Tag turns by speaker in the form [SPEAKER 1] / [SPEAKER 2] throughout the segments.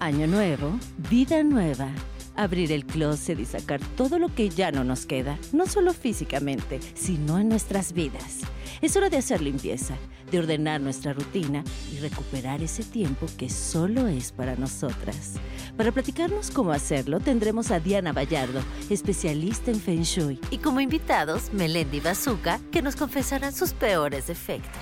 [SPEAKER 1] Año nuevo, vida nueva. Abrir el closet y sacar todo lo que ya no nos queda, no solo físicamente, sino en nuestras vidas. Es hora de hacer limpieza, de ordenar nuestra rutina y recuperar ese tiempo que solo es para nosotras. Para platicarnos cómo hacerlo, tendremos a Diana Vallardo, especialista en Feng Shui.
[SPEAKER 2] Y como invitados, Melendi Bazuca, que nos confesarán sus peores defectos.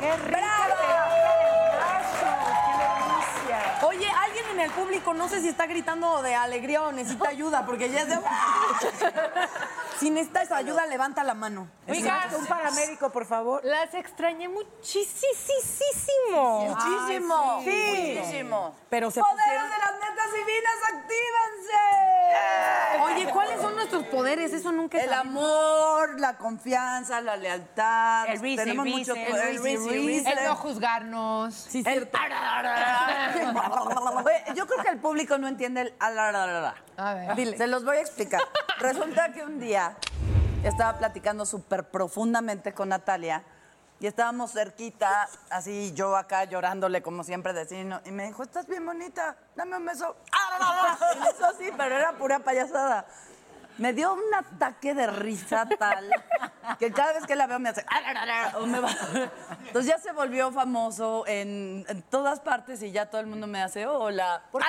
[SPEAKER 3] ¡Qué rico!
[SPEAKER 4] Oye, alguien en el público, no sé si está gritando de alegría o necesita ayuda, porque ya es de... Si necesitas ayuda, levanta la mano.
[SPEAKER 3] Oiga,
[SPEAKER 4] un paramédico, por favor.
[SPEAKER 3] Las extrañé muchísimo.
[SPEAKER 4] Muchísimo.
[SPEAKER 3] Ay, sí.
[SPEAKER 4] Muchísimo. Pero se pusieron-
[SPEAKER 3] de las netas divinas, actívense!
[SPEAKER 4] Oye, ¿cuáles son nuestros poderes? Eso nunca
[SPEAKER 5] El amor, la confianza, la lealtad.
[SPEAKER 3] El Reese,
[SPEAKER 5] Tenemos
[SPEAKER 3] el Reese,
[SPEAKER 5] mucho
[SPEAKER 3] el
[SPEAKER 5] poder,
[SPEAKER 3] Reese, el Reese. El no juzgarnos. Sí,
[SPEAKER 5] cierto. Oye, Yo creo que el público no entiende el alararara.
[SPEAKER 3] A ver.
[SPEAKER 5] Dile. Se los voy a explicar. Resulta que un día estaba platicando súper profundamente con Natalia y estábamos cerquita, así yo acá llorándole como siempre decimos, y me dijo, estás bien bonita, dame un beso. ¡Ah, Y me hizo así, pero era pura payasada. Me dio un ataque de risa tal que cada vez que la veo me hace... "Ah, o me va- Entonces ya se volvió famoso en, en todas partes y ya todo el mundo me hace hola.
[SPEAKER 4] ¿Por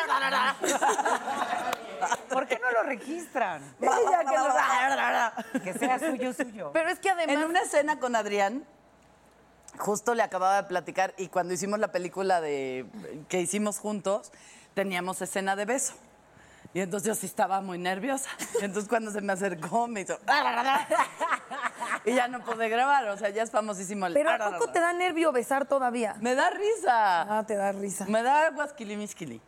[SPEAKER 4] qué no lo registran?
[SPEAKER 5] Ella que lo-
[SPEAKER 4] Que sea suyo, suyo.
[SPEAKER 3] Pero es que además...
[SPEAKER 5] En una escena con Adrián, justo le acababa de platicar y cuando hicimos la película de que hicimos juntos, teníamos escena de beso. Y entonces yo sí estaba muy nerviosa. Y entonces cuando se me acercó me hizo... Y ya no pude grabar, o sea, ya es famosísimo. el
[SPEAKER 3] Pero ¿a poco te da nervio besar todavía? Ah,
[SPEAKER 5] Me da risa.
[SPEAKER 3] te da risa. ¡Ah!
[SPEAKER 5] Me da guasquilimisquili.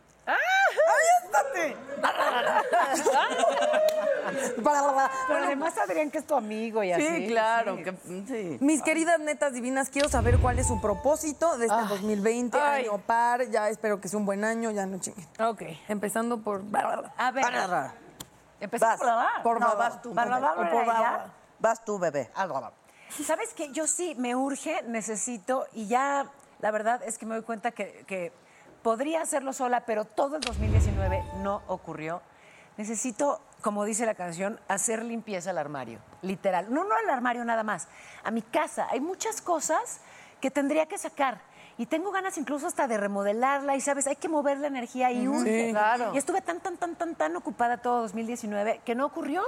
[SPEAKER 4] Pero además Adrián que es tu amigo y
[SPEAKER 5] Sí, claro. Que, mm, sí.
[SPEAKER 3] Mis queridas netas divinas, quiero saber cuál es su propósito de este 2020,
[SPEAKER 5] Ah. Ay.
[SPEAKER 3] año par, ya espero que sea un buen año, ya no chinguen.
[SPEAKER 4] Ok.
[SPEAKER 3] Empezando por...
[SPEAKER 4] A ver.
[SPEAKER 5] Vas.
[SPEAKER 4] Empezamos por la
[SPEAKER 5] Por no, vas tú.
[SPEAKER 4] Por
[SPEAKER 5] bebé.
[SPEAKER 4] Bárbara,
[SPEAKER 5] Por
[SPEAKER 4] ya.
[SPEAKER 5] Bárbara. Vas tú, bebé.
[SPEAKER 4] ¿Sabes qué? Yo sí me urge, necesito, y ya la verdad es que me doy cuenta que, que podría hacerlo sola, pero todo el 2019 no ocurrió. Necesito, como dice la canción, hacer limpieza al armario, literal. No, no al armario nada más, a mi casa. Hay muchas cosas que tendría que sacar. Y tengo ganas incluso hasta de remodelarla y, ¿sabes? Hay que mover la energía y urge.
[SPEAKER 5] claro.
[SPEAKER 4] Y estuve tan, tan, tan, tan, tan ocupada todo 2019 que no ocurrió.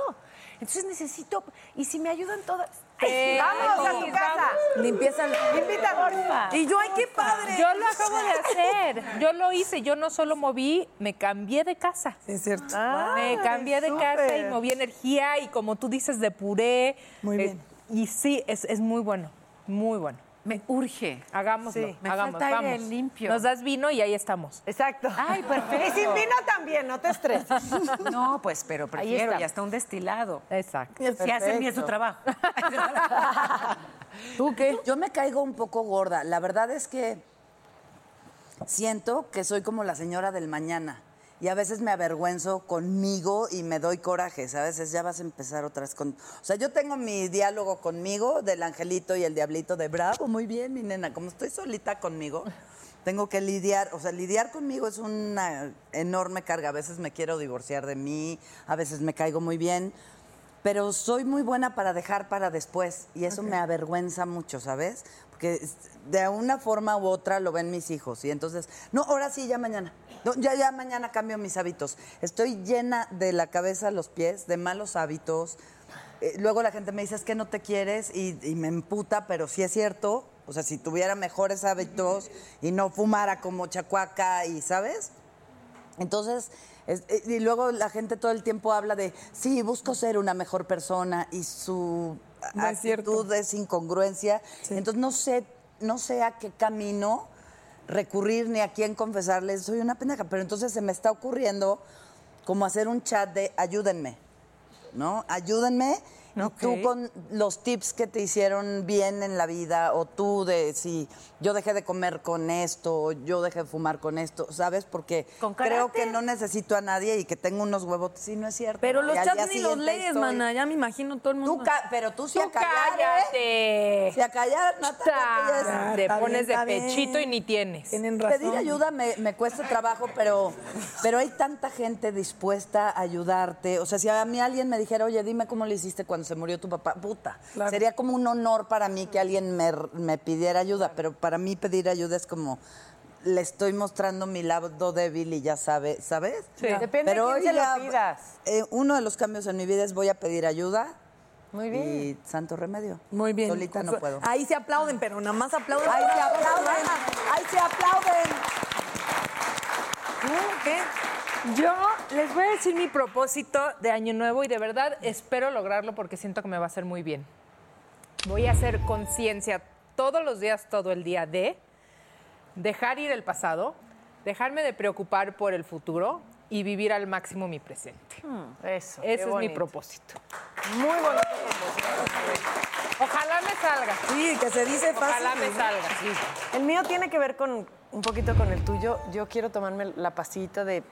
[SPEAKER 4] Entonces necesito... Y si me ayudan todas... ¡Ay,
[SPEAKER 3] ¡Vamos a tu casa! Limpieza al...
[SPEAKER 4] Invita, porfa.
[SPEAKER 3] Y yo, ay, qué padre.
[SPEAKER 6] Yo lo acabo de hacer. Yo lo hice. Yo no solo moví, me cambié de casa. Ah,
[SPEAKER 3] Es cierto.
[SPEAKER 6] me cambié de casa y moví energía y como tú dices, depuré.
[SPEAKER 3] Muy
[SPEAKER 6] Eh,
[SPEAKER 3] bien.
[SPEAKER 6] y sí, es, es muy bueno. Muy bueno.
[SPEAKER 4] Me urge.
[SPEAKER 6] Hagámoslo.
[SPEAKER 4] Sí, me
[SPEAKER 6] hagamos,
[SPEAKER 4] falta aire
[SPEAKER 6] vamos.
[SPEAKER 4] limpio.
[SPEAKER 6] Nos das vino y ahí estamos.
[SPEAKER 4] Exacto. Ay, perfecto. Y sin vino también, no te estreses. No, pues, pero prefiero,
[SPEAKER 6] está.
[SPEAKER 4] ya está un destilado.
[SPEAKER 6] Exacto.
[SPEAKER 4] Si hacen bien su trabajo.
[SPEAKER 5] ¿Tú qué? Yo me caigo un poco gorda. La verdad es que siento que soy como la señora del mañana. Y a veces me avergüenzo conmigo y me doy corajes. A veces ya vas a empezar otras con. O sea, yo tengo mi diálogo conmigo del angelito y el diablito de bravo, muy bien, mi nena. Como estoy solita conmigo, tengo que lidiar. O sea, lidiar conmigo es una enorme carga. A veces me quiero divorciar de mí, a veces me caigo muy bien. Pero soy muy buena para dejar para después y eso me avergüenza mucho, ¿sabes? Porque es- de una forma u otra lo ven mis hijos y entonces, no, ahora sí, ya mañana. No, ya, ya mañana cambio mis hábitos. Estoy llena de la cabeza a los pies, de malos hábitos. Eh, luego la gente me dice, es que no te quieres y, y me emputa, pero sí es cierto. O sea, si tuviera mejores hábitos y no fumara como chacuaca y, ¿sabes? Entonces, es- eh, y luego la gente todo el tiempo habla de, sí, busco ser una mejor persona y su
[SPEAKER 3] No es
[SPEAKER 5] actitud es incongruencia. Entonces, no sé, no sé a qué camino recurrir ni a quién confesarles, soy una pendeja, pero entonces se me está ocurriendo como hacer un chat de ayúdenme, ¿no? Ayúdenme. Y tú
[SPEAKER 6] Ok.
[SPEAKER 5] con los tips que te hicieron bien en la vida, o tú de si yo dejé de comer con esto, o yo dejé de fumar con esto, ¿sabes? Porque
[SPEAKER 4] Con
[SPEAKER 5] creo
[SPEAKER 4] carácter.
[SPEAKER 5] que no necesito a nadie y que tengo unos huevos. Sí, no es cierto.
[SPEAKER 3] Pero los
[SPEAKER 5] Y al día
[SPEAKER 3] chats ni los
[SPEAKER 5] siguiente
[SPEAKER 3] lees,
[SPEAKER 5] estoy-
[SPEAKER 3] mana. Ya me imagino todo el mundo.
[SPEAKER 5] Tú ca- pero tú sí
[SPEAKER 6] Tú
[SPEAKER 5] a callar, ¿eh?
[SPEAKER 6] cállate.
[SPEAKER 5] Sí a callar, Natalia, tú ya
[SPEAKER 6] Te
[SPEAKER 3] está
[SPEAKER 6] pones
[SPEAKER 3] bien,
[SPEAKER 6] de
[SPEAKER 3] está bien.
[SPEAKER 6] pechito y ni tienes.
[SPEAKER 3] Tienen razón.
[SPEAKER 5] Pedir ayuda me, me cuesta trabajo, pero, pero hay tanta gente dispuesta a ayudarte. O sea, si a mí alguien me dijera, oye, dime cómo lo hiciste cuando se murió tu papá, puta.
[SPEAKER 3] Claro.
[SPEAKER 5] Sería como un honor para mí que alguien me, me pidiera ayuda, pero para mí pedir ayuda es como, le estoy mostrando mi lado débil y ya sabe, ¿sabes?
[SPEAKER 6] Sí. Depende
[SPEAKER 5] Pero
[SPEAKER 6] de quién se lo
[SPEAKER 5] hoy ya-
[SPEAKER 6] pidas.
[SPEAKER 5] eh, uno de los cambios en mi vida es voy a pedir ayuda.
[SPEAKER 6] Muy bien.
[SPEAKER 5] Y santo remedio.
[SPEAKER 3] Muy bien. Pues,
[SPEAKER 5] Solita no puedo.
[SPEAKER 3] Ahí se aplauden, pero nada más aplauden.
[SPEAKER 5] ¡Ahí se aplauden! ¡Ahí se aplauden!
[SPEAKER 6] Yo les voy a decir mi propósito de Año Nuevo y de verdad espero lograrlo porque siento que me va a hacer muy bien. Voy a hacer conciencia todos los días, todo el día de dejar ir el pasado, dejarme de preocupar por el futuro y vivir al máximo mi presente.
[SPEAKER 4] Eso. qué
[SPEAKER 6] Ese es mi
[SPEAKER 4] bonito.
[SPEAKER 6] propósito.
[SPEAKER 4] Muy bonito propósito.
[SPEAKER 6] Ojalá me salga.
[SPEAKER 3] Sí, que se dice fácil.
[SPEAKER 6] Ojalá me
[SPEAKER 3] ¿no?
[SPEAKER 6] salga. sí.
[SPEAKER 4] El mío tiene que ver con un poquito con el tuyo. Yo quiero tomarme la pasita de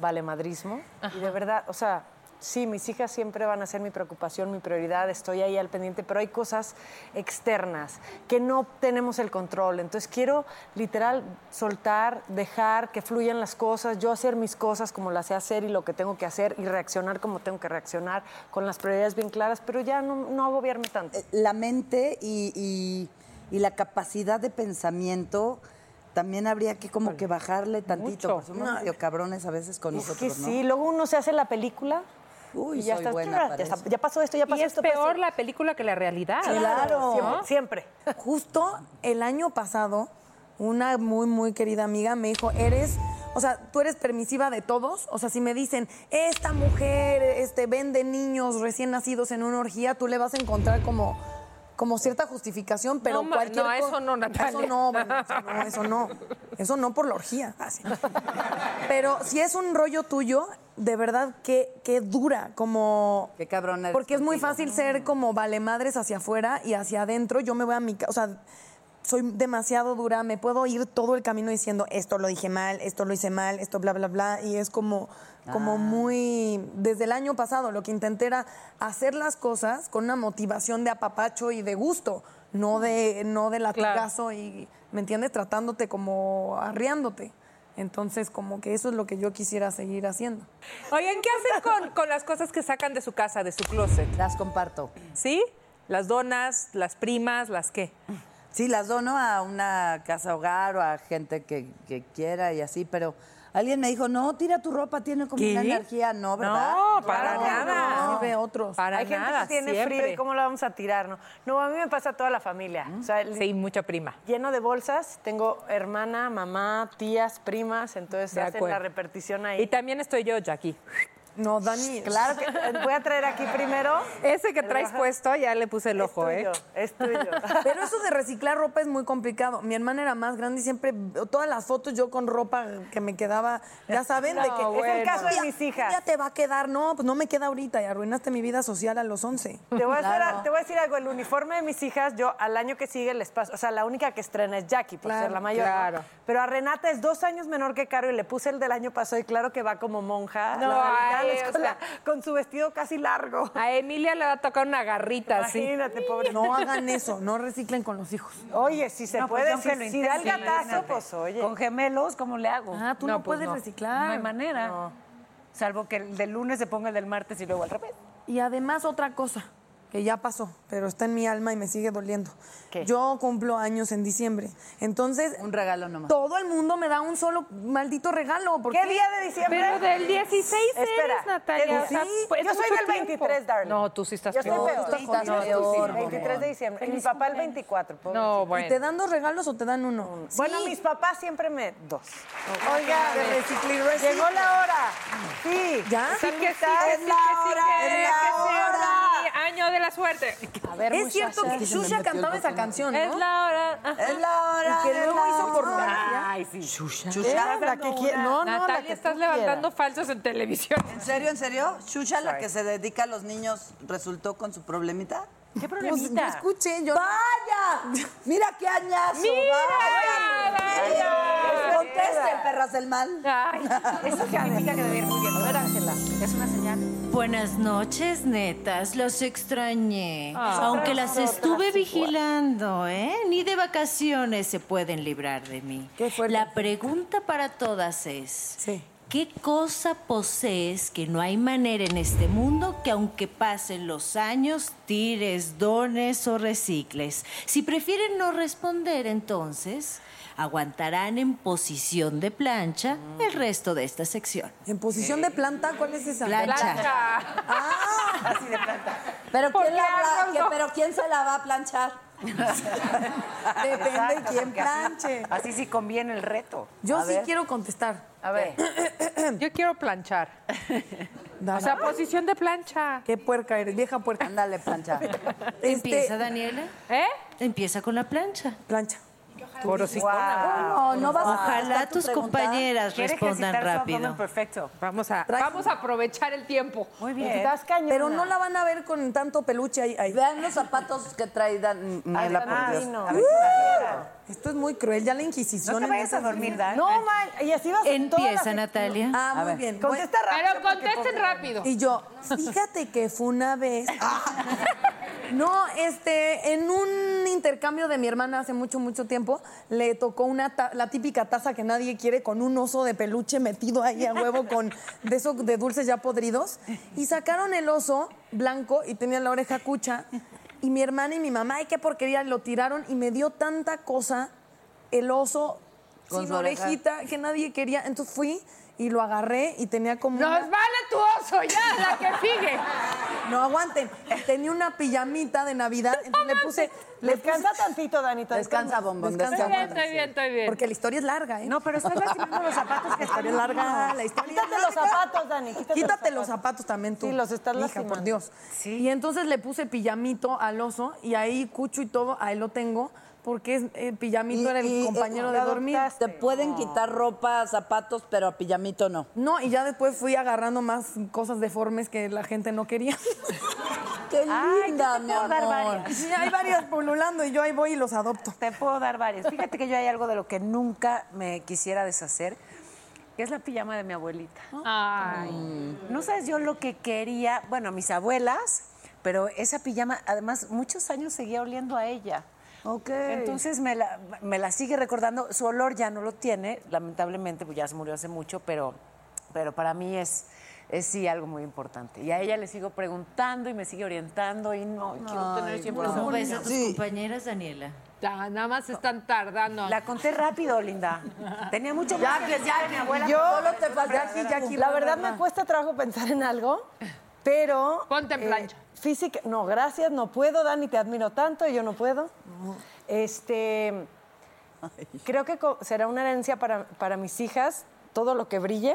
[SPEAKER 4] valemadrismo. Y de verdad, o sea, sí, mis hijas siempre van a ser mi preocupación, mi prioridad, estoy ahí al pendiente, pero hay cosas externas que no tenemos el control. Entonces quiero literal soltar, dejar que fluyan las cosas, yo hacer mis cosas como las sé hacer y lo que tengo que hacer y reaccionar como tengo que reaccionar, con las prioridades bien claras, pero ya no, no agobiarme tanto.
[SPEAKER 5] eh, la mente y, y- y la capacidad de pensamiento también habría que como que bajarle tantito.
[SPEAKER 6] mucho.
[SPEAKER 5] porque somos medio cabrones a veces con
[SPEAKER 4] Es que
[SPEAKER 5] nosotros, ¿no?
[SPEAKER 4] sí, luego uno se hace la película
[SPEAKER 5] Uy,
[SPEAKER 4] y ya
[SPEAKER 5] soy
[SPEAKER 4] estás,
[SPEAKER 5] buena
[SPEAKER 4] "Chara,
[SPEAKER 5] para
[SPEAKER 4] ya, está-
[SPEAKER 5] eso".
[SPEAKER 4] ya pasó esto, ya pasó
[SPEAKER 6] Y es
[SPEAKER 4] esto. pasó
[SPEAKER 6] peor
[SPEAKER 4] esto".
[SPEAKER 6] la película que la realidad.
[SPEAKER 5] Claro.
[SPEAKER 6] ¿no?
[SPEAKER 4] Siempre.
[SPEAKER 3] Justo el año pasado, una muy, muy querida amiga me dijo, eres, o sea, tú eres permisiva de todos. O sea, si me dicen, esta mujer este, vende niños recién nacidos en una orgía, tú le vas a encontrar como, como cierta justificación, pero
[SPEAKER 6] No, ma-
[SPEAKER 3] cualquier
[SPEAKER 6] no,
[SPEAKER 3] co-
[SPEAKER 6] eso no, Natalia.
[SPEAKER 3] Eso no, bueno, eso no, eso no. Eso no por la orgía. así. Pero si es un rollo tuyo, de verdad, que, que dura, como...
[SPEAKER 5] Qué cabrón eres
[SPEAKER 3] Porque es muy
[SPEAKER 5] contigo.
[SPEAKER 3] fácil ser como vale madres hacia afuera y hacia adentro. Yo me voy a mi casa. O sea, soy demasiado dura. Me puedo ir todo el camino diciendo esto lo dije mal, esto lo hice mal, esto bla, bla, bla. Y es como,
[SPEAKER 5] Ah.
[SPEAKER 3] como muy. Desde el año pasado, lo que intenté era hacer las cosas con una motivación de apapacho y de gusto, no de, no de latigazo y, ¿me entiendes? Tratándote como arriándote. Entonces, como que eso es lo que yo quisiera seguir haciendo.
[SPEAKER 6] Oigan, ¿qué hacen con, con las cosas que sacan de su casa, de su closet?
[SPEAKER 5] Las comparto.
[SPEAKER 6] ¿Sí? Las donas, las primas, las qué.
[SPEAKER 5] Sí, las dono a una casa hogar o a gente que, que quiera y así, pero alguien me dijo, no, tira tu ropa, tiene como una energía. No, ¿verdad?
[SPEAKER 6] No, para nada.
[SPEAKER 3] No, sí ve otros.
[SPEAKER 6] Para
[SPEAKER 4] Hay gente
[SPEAKER 6] nada,
[SPEAKER 4] que tiene frío
[SPEAKER 6] siempre.
[SPEAKER 4] y cómo la vamos a tirar, ¿no? No, a mí me pasa a toda la familia. O sea, el-
[SPEAKER 6] Sí, mucha prima.
[SPEAKER 4] lleno de bolsas, tengo hermana, mamá, tías, primas, entonces
[SPEAKER 6] De
[SPEAKER 4] hacen
[SPEAKER 6] acuerdo.
[SPEAKER 4] la repartición ahí.
[SPEAKER 6] Y también estoy yo, Jackie.
[SPEAKER 3] No, Dani.
[SPEAKER 5] Claro que
[SPEAKER 4] eh,
[SPEAKER 5] eh, voy a traer aquí primero.
[SPEAKER 6] Ese que traes puesto ya le puse el ojo, ¿eh?
[SPEAKER 5] Es tuyo.
[SPEAKER 3] Pero eso de reciclar ropa es muy complicado. Mi hermana era más grande y siempre, todas las fotos yo con ropa que me quedaba, ya saben, de
[SPEAKER 6] No,
[SPEAKER 3] que
[SPEAKER 6] bueno. Es el caso de
[SPEAKER 3] "Ya-
[SPEAKER 5] mis hijas".
[SPEAKER 3] Ya te va a quedar, no, pues no me queda ahorita y arruinaste mi vida social a los 11.
[SPEAKER 7] Te voy, a hacer- te voy a decir algo, el uniforme de mis hijas, yo al año que sigue les paso, o sea, la única que estrena es Jackie, por ser la mayor. ¿no?
[SPEAKER 6] claro.
[SPEAKER 7] Pero a Renata es dos años menor que Caro y le puse el del año pasado y claro que va como monja.
[SPEAKER 6] No,
[SPEAKER 7] la verdad, a la
[SPEAKER 6] ay, o
[SPEAKER 7] escuela,
[SPEAKER 6] sea-
[SPEAKER 7] con su vestido casi largo.
[SPEAKER 6] A Emilia le va a tocar una garrita así.
[SPEAKER 7] Imagínate, pobre.
[SPEAKER 3] No hagan eso, no reciclen con los hijos.
[SPEAKER 7] Oye, si se
[SPEAKER 4] No, pues,
[SPEAKER 7] puede,
[SPEAKER 4] aunque
[SPEAKER 7] si,
[SPEAKER 4] lo
[SPEAKER 7] si da el
[SPEAKER 4] intente,
[SPEAKER 7] gatazo,
[SPEAKER 4] imagínate.
[SPEAKER 7] pues oye.
[SPEAKER 4] Con gemelos, ¿cómo le hago?
[SPEAKER 3] Ah, tú no
[SPEAKER 4] pues,
[SPEAKER 3] puedes reciclar.
[SPEAKER 4] No hay manera. Salvo que el del lunes se ponga el del martes y luego al revés.
[SPEAKER 3] Y además otra cosa que ya pasó, pero está en mi alma y me sigue doliendo.
[SPEAKER 7] ¿Qué?
[SPEAKER 3] Yo cumplo años en diciembre, entonces
[SPEAKER 5] Un regalo nomás.
[SPEAKER 3] todo el mundo me da un solo maldito regalo. ¿por
[SPEAKER 7] ¿Qué día de diciembre?
[SPEAKER 6] Pero del 16
[SPEAKER 7] Espera,
[SPEAKER 6] eres, Natalia.
[SPEAKER 7] del-
[SPEAKER 6] o sea,
[SPEAKER 7] sí,
[SPEAKER 6] pues,
[SPEAKER 7] yo
[SPEAKER 6] es
[SPEAKER 7] soy
[SPEAKER 6] mucho
[SPEAKER 7] del
[SPEAKER 6] tiempo.
[SPEAKER 7] 23, darling.
[SPEAKER 6] No, tú sí estás
[SPEAKER 7] Yo estoy
[SPEAKER 6] peor.
[SPEAKER 7] peor.
[SPEAKER 5] tú estás
[SPEAKER 7] No, tú sí,
[SPEAKER 5] peor,
[SPEAKER 7] 23 de diciembre. Y mi papá el 24. pobre.
[SPEAKER 6] No,
[SPEAKER 3] ¿Y te
[SPEAKER 6] Oh, bueno.
[SPEAKER 3] dan dos regalos o te dan uno?
[SPEAKER 7] Bueno,
[SPEAKER 3] Sí.
[SPEAKER 7] mis papás siempre me... Dos.
[SPEAKER 3] Oiga,
[SPEAKER 7] Oigan,
[SPEAKER 3] de reciclar y recicla.
[SPEAKER 7] llegó la hora. Sí.
[SPEAKER 3] ¿Ya?
[SPEAKER 6] Sí que sí, que sí, que sí,
[SPEAKER 7] Es la hora,
[SPEAKER 6] que
[SPEAKER 7] es
[SPEAKER 6] sí,
[SPEAKER 7] la hora.
[SPEAKER 6] sí, Año de la suerte.
[SPEAKER 3] Es cierto que Shusha cantaba esa canción, ¿no?
[SPEAKER 6] Es la hora.
[SPEAKER 5] Es la hora.
[SPEAKER 3] que
[SPEAKER 5] es
[SPEAKER 3] luego
[SPEAKER 5] la
[SPEAKER 3] hizo por
[SPEAKER 5] hora.
[SPEAKER 3] Ay,
[SPEAKER 5] Chucha.
[SPEAKER 7] La que quiera. No, no, la
[SPEAKER 6] Natalia,
[SPEAKER 7] que
[SPEAKER 6] estás
[SPEAKER 7] tú
[SPEAKER 6] levantando falsos en televisión.
[SPEAKER 5] ¿En serio, en serio? ¿Chucha, la que se dedica a los niños, resultó con su problemita?
[SPEAKER 4] ¿Qué
[SPEAKER 3] Pues yo
[SPEAKER 4] problemita?
[SPEAKER 3] escuché, yo...
[SPEAKER 5] ¡Vaya! ¡Mira qué añazo!
[SPEAKER 6] ¡Mira!
[SPEAKER 5] ¡Vaya! Contesten, perras del mal.
[SPEAKER 6] Ay,
[SPEAKER 4] Eso significa que debe ir muy bien. A ver, Ángela, es una señal.
[SPEAKER 2] Buenas noches, netas. Los extrañé.
[SPEAKER 4] Ah.
[SPEAKER 2] Aunque las estuve vigilando, ¿eh? Ni de vacaciones se pueden librar de mí.
[SPEAKER 3] Qué fuerte.
[SPEAKER 2] La pregunta para todas es:
[SPEAKER 3] Sí.
[SPEAKER 2] ¿qué cosa posees que no hay manera en este mundo que, aunque pasen los años, tires, dones o recicles? Si prefieren no responder, entonces aguantarán en posición de plancha el resto de esta sección.
[SPEAKER 3] En posición de planta, ¿cuál es esa?
[SPEAKER 2] plancha.
[SPEAKER 6] plancha.
[SPEAKER 5] Pero
[SPEAKER 6] ¿Por
[SPEAKER 5] ¿quién,
[SPEAKER 6] qué
[SPEAKER 5] la va-
[SPEAKER 6] hablan
[SPEAKER 5] que-
[SPEAKER 6] dos?
[SPEAKER 5] pero ¿quién se la va a planchar?
[SPEAKER 3] Depende de
[SPEAKER 7] Exacto,
[SPEAKER 3] quién
[SPEAKER 7] porque así-
[SPEAKER 3] planche.
[SPEAKER 7] Así sí conviene el reto.
[SPEAKER 3] Yo
[SPEAKER 5] A
[SPEAKER 3] sí
[SPEAKER 5] ver.
[SPEAKER 3] quiero contestar.
[SPEAKER 7] A ver.
[SPEAKER 6] Yo quiero planchar.
[SPEAKER 3] Dana,
[SPEAKER 6] O sea, posición de plancha.
[SPEAKER 3] qué puerca eres, vieja puerca.
[SPEAKER 5] Ándale, plancha.
[SPEAKER 3] Este,
[SPEAKER 2] Empieza, Daniela.
[SPEAKER 6] ¿Eh?
[SPEAKER 2] Empieza con la plancha.
[SPEAKER 3] Plancha.
[SPEAKER 5] No, no vas a
[SPEAKER 2] Ojalá
[SPEAKER 5] contestar tu
[SPEAKER 2] tus
[SPEAKER 5] pregunta.
[SPEAKER 2] compañeras
[SPEAKER 7] Quiere
[SPEAKER 2] respondan
[SPEAKER 7] ejercitar su abdomen
[SPEAKER 2] rápido.
[SPEAKER 7] perfecto.
[SPEAKER 6] Vamos a,
[SPEAKER 3] Traje-
[SPEAKER 6] vamos a aprovechar el tiempo.
[SPEAKER 7] Muy bien.
[SPEAKER 4] Estás cañona.
[SPEAKER 3] Pero no la van a ver con tanto peluche ahí. ahí.
[SPEAKER 5] Vean los zapatos que trae Daniela, por Dios.
[SPEAKER 7] no.
[SPEAKER 3] Uh, Esto es muy cruel, ya la Inquisición.
[SPEAKER 7] No te
[SPEAKER 3] en
[SPEAKER 7] vayas a
[SPEAKER 3] esas-
[SPEAKER 7] dormir, Dan.
[SPEAKER 4] No, man. Y así vas en todas las-
[SPEAKER 2] Empieza, Natalia.
[SPEAKER 3] Ah, muy
[SPEAKER 5] ver,
[SPEAKER 3] bien. Bueno,
[SPEAKER 7] Contesta rápido.
[SPEAKER 6] Pero contesten rápido.
[SPEAKER 3] Y yo, fíjate que fue una vez. No, este, en un intercambio de mi hermana hace mucho, mucho tiempo, le tocó una ta- la típica taza que nadie quiere con un oso de peluche metido ahí a huevo con de esos de dulces ya podridos. Y sacaron el oso blanco y tenía la oreja cucha. Y mi hermana y mi mamá, ay, qué porquería, lo tiraron y me dio tanta cosa el oso
[SPEAKER 5] Con
[SPEAKER 3] sin
[SPEAKER 5] su oreja.
[SPEAKER 3] orejita que nadie quería. Entonces fui y lo agarré y tenía como.
[SPEAKER 6] Nos
[SPEAKER 3] una-
[SPEAKER 6] vale tu oso, ya, la que sigue.
[SPEAKER 3] no aguanten. Tenía una pijamita de Navidad, entonces le puse. Le puse-
[SPEAKER 7] Descansa tantito, Danita.
[SPEAKER 5] Descansa, bombón, descansa.
[SPEAKER 6] Estoy bien, estoy bien, estoy bien.
[SPEAKER 3] Porque la historia es larga, ¿eh?
[SPEAKER 7] No, pero estás lastimando los zapatos que
[SPEAKER 3] la historia
[SPEAKER 7] están
[SPEAKER 3] es larga. La historia
[SPEAKER 7] Quítate
[SPEAKER 3] es larga.
[SPEAKER 7] los zapatos, Dani. Quítate,
[SPEAKER 3] Quítate los zapatos también tú.
[SPEAKER 7] Sí, los estás
[SPEAKER 3] hija,
[SPEAKER 7] lastimando.
[SPEAKER 3] por Dios.
[SPEAKER 7] Sí.
[SPEAKER 3] Y entonces le puse pijamito al oso y ahí cucho y todo, ahí lo tengo, porque es, eh, pijamito
[SPEAKER 5] Y-
[SPEAKER 3] era el
[SPEAKER 5] y-
[SPEAKER 3] compañero
[SPEAKER 5] y-
[SPEAKER 3] de dormir.
[SPEAKER 5] Te pueden quitar ropa, zapatos, pero a pijamito no.
[SPEAKER 3] No, y ya después fui agarrando más cosas deformes que la gente no quería.
[SPEAKER 5] ¡Qué
[SPEAKER 7] Ay,
[SPEAKER 5] linda,
[SPEAKER 7] yo te
[SPEAKER 5] mi
[SPEAKER 7] puedo dar
[SPEAKER 5] amor!
[SPEAKER 7] varias.
[SPEAKER 3] Sí, hay varias pululando y yo ahí voy y los adopto.
[SPEAKER 7] Te puedo dar varios. Fíjate que yo hay algo de lo que nunca me quisiera deshacer, que es la pijama de mi abuelita.
[SPEAKER 6] Ay.
[SPEAKER 7] No sabes yo lo que quería, bueno, mis abuelas, pero esa pijama, además, muchos años seguía oliendo a ella.
[SPEAKER 5] Ok.
[SPEAKER 7] Entonces me la, me la sigue recordando, su olor ya no lo tiene, lamentablemente, pues ya se murió hace mucho, pero, pero para mí es, es sí algo muy importante. Y a ella le sigo preguntando y me sigue orientando y no, quiero tener siempre esa
[SPEAKER 2] ¿Cómo ves a tus
[SPEAKER 5] Sí.
[SPEAKER 2] compañeras, Daniela?
[SPEAKER 6] Ya, Ah, nada más están tardando.
[SPEAKER 7] La conté rápido, Linda. Tenía mucho más.
[SPEAKER 5] Ya, pues ya, mi abuela.
[SPEAKER 7] Yo-
[SPEAKER 5] solo te falta
[SPEAKER 7] Jackie, Jackie, la verdad me cuesta trabajo pensar en algo, pero. eh,
[SPEAKER 6] Ponte en plancha.
[SPEAKER 7] Física, no, gracias, no puedo, Dani, te admiro tanto, yo no puedo. Este. Creo que co- será una herencia para, para mis hijas, todo lo que brille.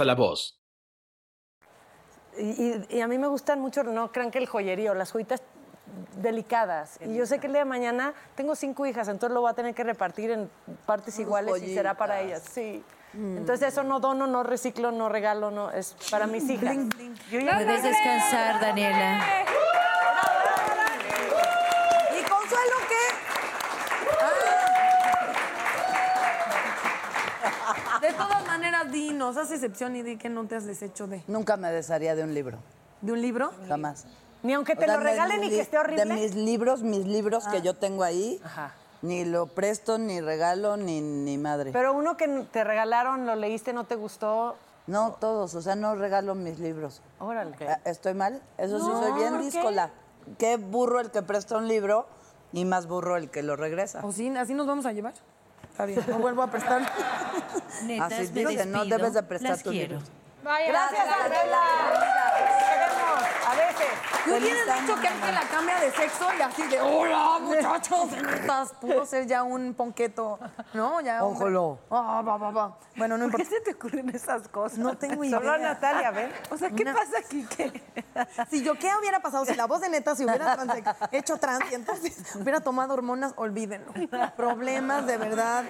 [SPEAKER 8] a la voz.
[SPEAKER 7] Y, y- y a mí me gustan mucho, no crean que el joyerío, las joyitas delicadas. Y yo sé que el día de mañana tengo cinco hijas, entonces lo voy a tener que repartir en partes iguales y será para ellas.
[SPEAKER 2] joyitas.
[SPEAKER 7] Sí.
[SPEAKER 2] Mm.
[SPEAKER 7] Entonces eso no dono, no reciclo, no regalo, no es para mis hijas. Yo ya-
[SPEAKER 2] Puedes descansar, Daniela.
[SPEAKER 5] ¿Y Consuelo qué? Ah.
[SPEAKER 3] De todas maneras, di, nos haz excepción y di que no te has deshecho de.
[SPEAKER 5] Nunca me desharía de un libro.
[SPEAKER 3] ¿De un libro?
[SPEAKER 5] Jamás.
[SPEAKER 7] Ni aunque
[SPEAKER 3] te lo regalen y que esté horrible.
[SPEAKER 5] De mis libros, mis libros
[SPEAKER 7] Ah.
[SPEAKER 5] que yo tengo ahí,
[SPEAKER 7] Ajá.
[SPEAKER 5] ni lo presto, ni regalo, ni, ni madre.
[SPEAKER 7] Pero uno que te regalaron, lo leíste, no te gustó.
[SPEAKER 5] No todos, o sea, no regalo mis libros.
[SPEAKER 7] Órale.
[SPEAKER 5] Ah, ¿Estoy mal? Eso sí,
[SPEAKER 7] No,
[SPEAKER 5] soy bien
[SPEAKER 7] ¿por qué?
[SPEAKER 5] díscola. Qué burro el que presta un libro y más burro el que lo regresa.
[SPEAKER 3] ¿O sí? ¿Así nos vamos a llevar? Está bien, no vuelvo a prestar.
[SPEAKER 5] Netas, Así me dice, no despido, debes de prestar las tus quiero. libros.
[SPEAKER 3] Gracias, Ángela.
[SPEAKER 7] A veces.
[SPEAKER 3] Tú hubieras dicho que Ángela cambia de sexo y así de, hola, muchachos, estás? Pudo ser ya un ponqueto, ¿no? Ya hombre.
[SPEAKER 5] Ojalá.
[SPEAKER 3] Ah, va, va, va. Bueno, no importa.
[SPEAKER 7] ¿Por qué se te ocurren esas cosas?
[SPEAKER 3] No tengo idea.
[SPEAKER 7] Solo a Natalia, ¿ven?
[SPEAKER 3] O sea, ¿qué pasa aquí? Si yo, ¿qué hubiera pasado si la voz de neta se hubiera transe- hecho trans y entonces hubiera tomado hormonas? Olvídenlo. Problemas de verdad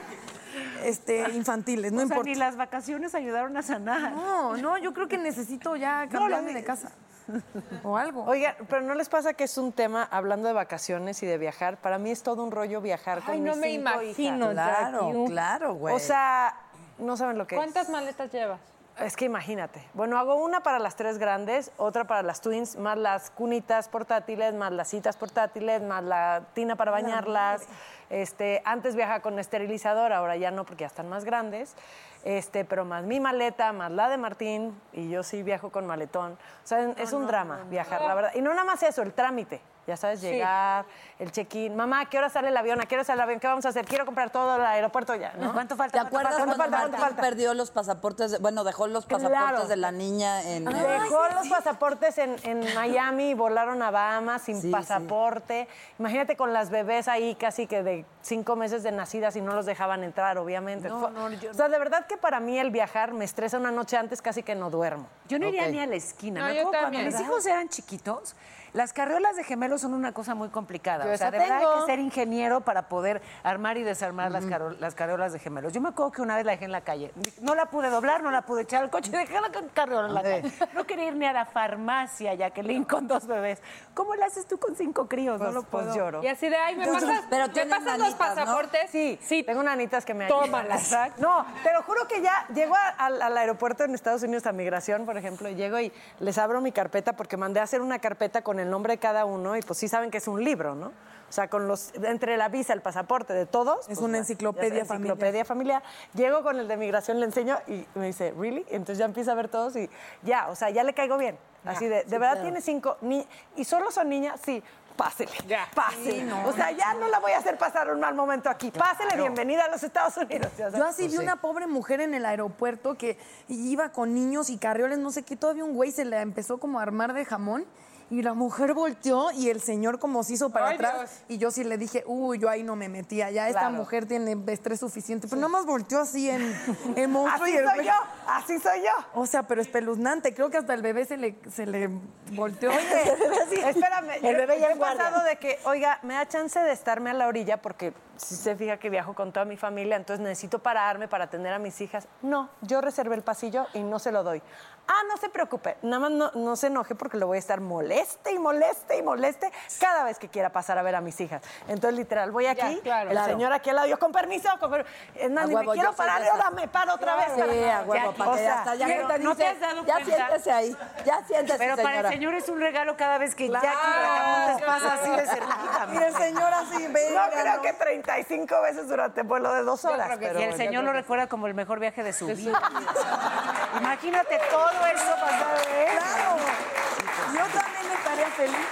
[SPEAKER 3] este, infantiles, no
[SPEAKER 7] O sea,
[SPEAKER 3] importa.
[SPEAKER 7] ni las vacaciones ayudaron a sanar.
[SPEAKER 3] No, no, yo creo que necesito ya
[SPEAKER 7] No,
[SPEAKER 3] cambiarme
[SPEAKER 7] lo-
[SPEAKER 3] de casa o algo.
[SPEAKER 7] Oiga, pero ¿no les pasa que es un tema, hablando de vacaciones y de viajar, para mí es todo un rollo viajar con
[SPEAKER 6] Ay,
[SPEAKER 7] mis
[SPEAKER 6] no me
[SPEAKER 7] cinco
[SPEAKER 6] imagino,
[SPEAKER 7] hijas.
[SPEAKER 6] Jackie,
[SPEAKER 5] Claro,
[SPEAKER 6] un-
[SPEAKER 5] claro, güey.
[SPEAKER 7] O sea, no saben lo que
[SPEAKER 6] ¿Cuántas
[SPEAKER 7] es.
[SPEAKER 6] maletas llevas?
[SPEAKER 7] Es que imagínate. Bueno, hago una para las tres grandes, otra para las twins, más las cunitas portátiles, más las citas portátiles, más la tina para bañarlas. Este, antes viajaba con esterilizador, ahora ya no porque ya están más grandes. Este, pero más mi maleta, más la de Martín, y yo sí viajo con maletón. O sea, es un drama viajar, la verdad. Y no nada más eso, el trámite. Ya sabes, llegar, el check-in. Mamá, ¿a ¿qué hora sale el avión? ¿A qué hora sale el avión? ¿Qué vamos a hacer? Quiero comprar todo el aeropuerto ya, ¿no?
[SPEAKER 5] ¿Cuánto
[SPEAKER 7] falta?
[SPEAKER 5] ¿Te acuerdas
[SPEAKER 7] ¿Cuánto
[SPEAKER 5] cuando
[SPEAKER 7] falta? ¿Cuánto
[SPEAKER 5] Martín
[SPEAKER 7] falta?
[SPEAKER 5] perdió los pasaportes? de- bueno, dejó los pasaportes
[SPEAKER 7] Claro.
[SPEAKER 5] de la niña en...
[SPEAKER 7] Ay,
[SPEAKER 5] eh,
[SPEAKER 7] Dejó los pasaportes en, en Miami, volaron a Bahamas sin
[SPEAKER 5] Sí, sí.
[SPEAKER 7] pasaporte. Imagínate con las bebés ahí casi que de cinco meses de nacidas y no los dejaban entrar, obviamente. Fue- O sea, de verdad que para mí el viajar me estresa una noche antes, casi que no duermo.
[SPEAKER 4] Yo no iría
[SPEAKER 5] Ok.
[SPEAKER 4] ni a la esquina.
[SPEAKER 6] No,
[SPEAKER 4] Me
[SPEAKER 6] yo
[SPEAKER 4] acuerdo cuando
[SPEAKER 6] también.
[SPEAKER 4] mis hijos eran chiquitos, las carriolas de gemelos son una cosa muy complicada.
[SPEAKER 7] Yo
[SPEAKER 4] o sea,
[SPEAKER 7] esa
[SPEAKER 4] de verdad hay
[SPEAKER 7] tengo.
[SPEAKER 4] que ser ingeniero para poder armar y desarmar las, caro- las carriolas de gemelos. Yo me acuerdo que una vez la dejé en la calle. No la pude doblar, no la pude echar al
[SPEAKER 3] Mm.
[SPEAKER 4] coche, dejé la ca- carriola en la calle. No quería ir ni a la farmacia, Jacqueline, con dos bebés. ¿Cómo la haces tú con cinco críos? no lo puedo.
[SPEAKER 7] lloro.
[SPEAKER 6] Y así de, ay, me
[SPEAKER 5] Entonces,
[SPEAKER 6] pasas,
[SPEAKER 5] pero
[SPEAKER 6] ¿me
[SPEAKER 5] tienen
[SPEAKER 6] pasas los
[SPEAKER 5] manitas, ¿no?
[SPEAKER 6] pasaportes.
[SPEAKER 7] Sí, sí. Tengo nanitas que me ayudan.
[SPEAKER 6] Tómalas.
[SPEAKER 7] Exacto. No, te lo juro que ya llego a- al, al aeropuerto en Estados Unidos a migración, por ejemplo, y llego y les abro mi carpeta porque mandé a hacer una carpeta con el nombre de cada uno y pues sí saben que es un libro, ¿no? O sea, con los entre la visa, el pasaporte de todos.
[SPEAKER 3] Es
[SPEAKER 7] pues,
[SPEAKER 3] una
[SPEAKER 7] ya-
[SPEAKER 3] enciclopedia
[SPEAKER 7] ya es Enciclopedia familiar. Llego con el de migración, le enseño y me dice, ¿really? Entonces ya empieza a ver todos y ya, o sea, ya le caigo bien. Así de, de verdad tiene cinco ni y solo son niñas, sí. Pásele,
[SPEAKER 6] Ya.
[SPEAKER 7] pásele. O sea, ya no la voy a hacer pasar un mal momento aquí. Pásele, bienvenida a los Estados Unidos. Ya sabes.
[SPEAKER 3] Yo
[SPEAKER 4] pues
[SPEAKER 3] así vi una pobre mujer en el aeropuerto que iba con niños y carrioles, no sé qué, todavía un güey se la empezó como a armar de jamón Y la mujer volteó y el señor como se hizo para
[SPEAKER 7] Ay,
[SPEAKER 3] atrás.
[SPEAKER 7] Dios.
[SPEAKER 3] Y yo sí le dije, uy, yo ahí no me metía. Ya esta
[SPEAKER 7] Claro.
[SPEAKER 3] mujer tiene estrés suficiente. Pero nada más volteó así en, en monstruo.
[SPEAKER 7] Así
[SPEAKER 3] y el
[SPEAKER 7] soy
[SPEAKER 3] güey-
[SPEAKER 7] yo, así soy yo.
[SPEAKER 3] O sea, pero espeluznante. Creo que hasta el bebé se le, se le volteó.
[SPEAKER 7] Oye, espérame,
[SPEAKER 3] El bebé ya
[SPEAKER 7] yo, yo
[SPEAKER 3] en
[SPEAKER 7] he
[SPEAKER 3] guardia.
[SPEAKER 7] pasado de que, oiga, me da chance de estarme a la orilla porque si se fija que viajo con toda mi familia, entonces necesito pararme para atender a mis hijas. No, yo reservé el pasillo y no se lo doy. Ah, no se preocupe, nada más no, no se enoje porque lo voy a estar moleste y moleste y moleste cada vez que quiera pasar a ver a mis hijas. Entonces, literal, voy aquí,
[SPEAKER 4] claro.
[SPEAKER 7] el
[SPEAKER 4] Claro.
[SPEAKER 7] señor aquí al lado, yo con permiso, con permiso. Es más,
[SPEAKER 4] A
[SPEAKER 7] ni me
[SPEAKER 4] huevo,
[SPEAKER 7] quiero
[SPEAKER 4] yo soy
[SPEAKER 7] parar,
[SPEAKER 4] de esas.
[SPEAKER 7] ahora me paro otra vez.
[SPEAKER 4] Claro,
[SPEAKER 7] Para-
[SPEAKER 4] sí, a huevo, para
[SPEAKER 7] o
[SPEAKER 4] que
[SPEAKER 7] sea,
[SPEAKER 4] hasta ya
[SPEAKER 7] pero
[SPEAKER 4] que te
[SPEAKER 7] ¿no te
[SPEAKER 4] dice,
[SPEAKER 7] has dado
[SPEAKER 4] "Ya
[SPEAKER 7] cuenta?"
[SPEAKER 4] siéntese ahí, ya siéntese,
[SPEAKER 7] Pero para
[SPEAKER 4] señora.
[SPEAKER 7] el señor es un regalo cada vez que
[SPEAKER 4] Claro,
[SPEAKER 7] Jackie Bracamontes pasa así de cerquita.
[SPEAKER 4] Y el señor así, venga,
[SPEAKER 7] No creo
[SPEAKER 4] no.
[SPEAKER 7] que 35 veces durante el vuelo de dos
[SPEAKER 4] Yo
[SPEAKER 7] horas.
[SPEAKER 4] creo que
[SPEAKER 7] pero
[SPEAKER 4] sí, el
[SPEAKER 7] bueno.
[SPEAKER 4] señor lo recuerda como el mejor viaje de su
[SPEAKER 7] Pues
[SPEAKER 4] vida.
[SPEAKER 7] Imagínate todo eso pasado, ¿eh?
[SPEAKER 4] Yo también estaría feliz.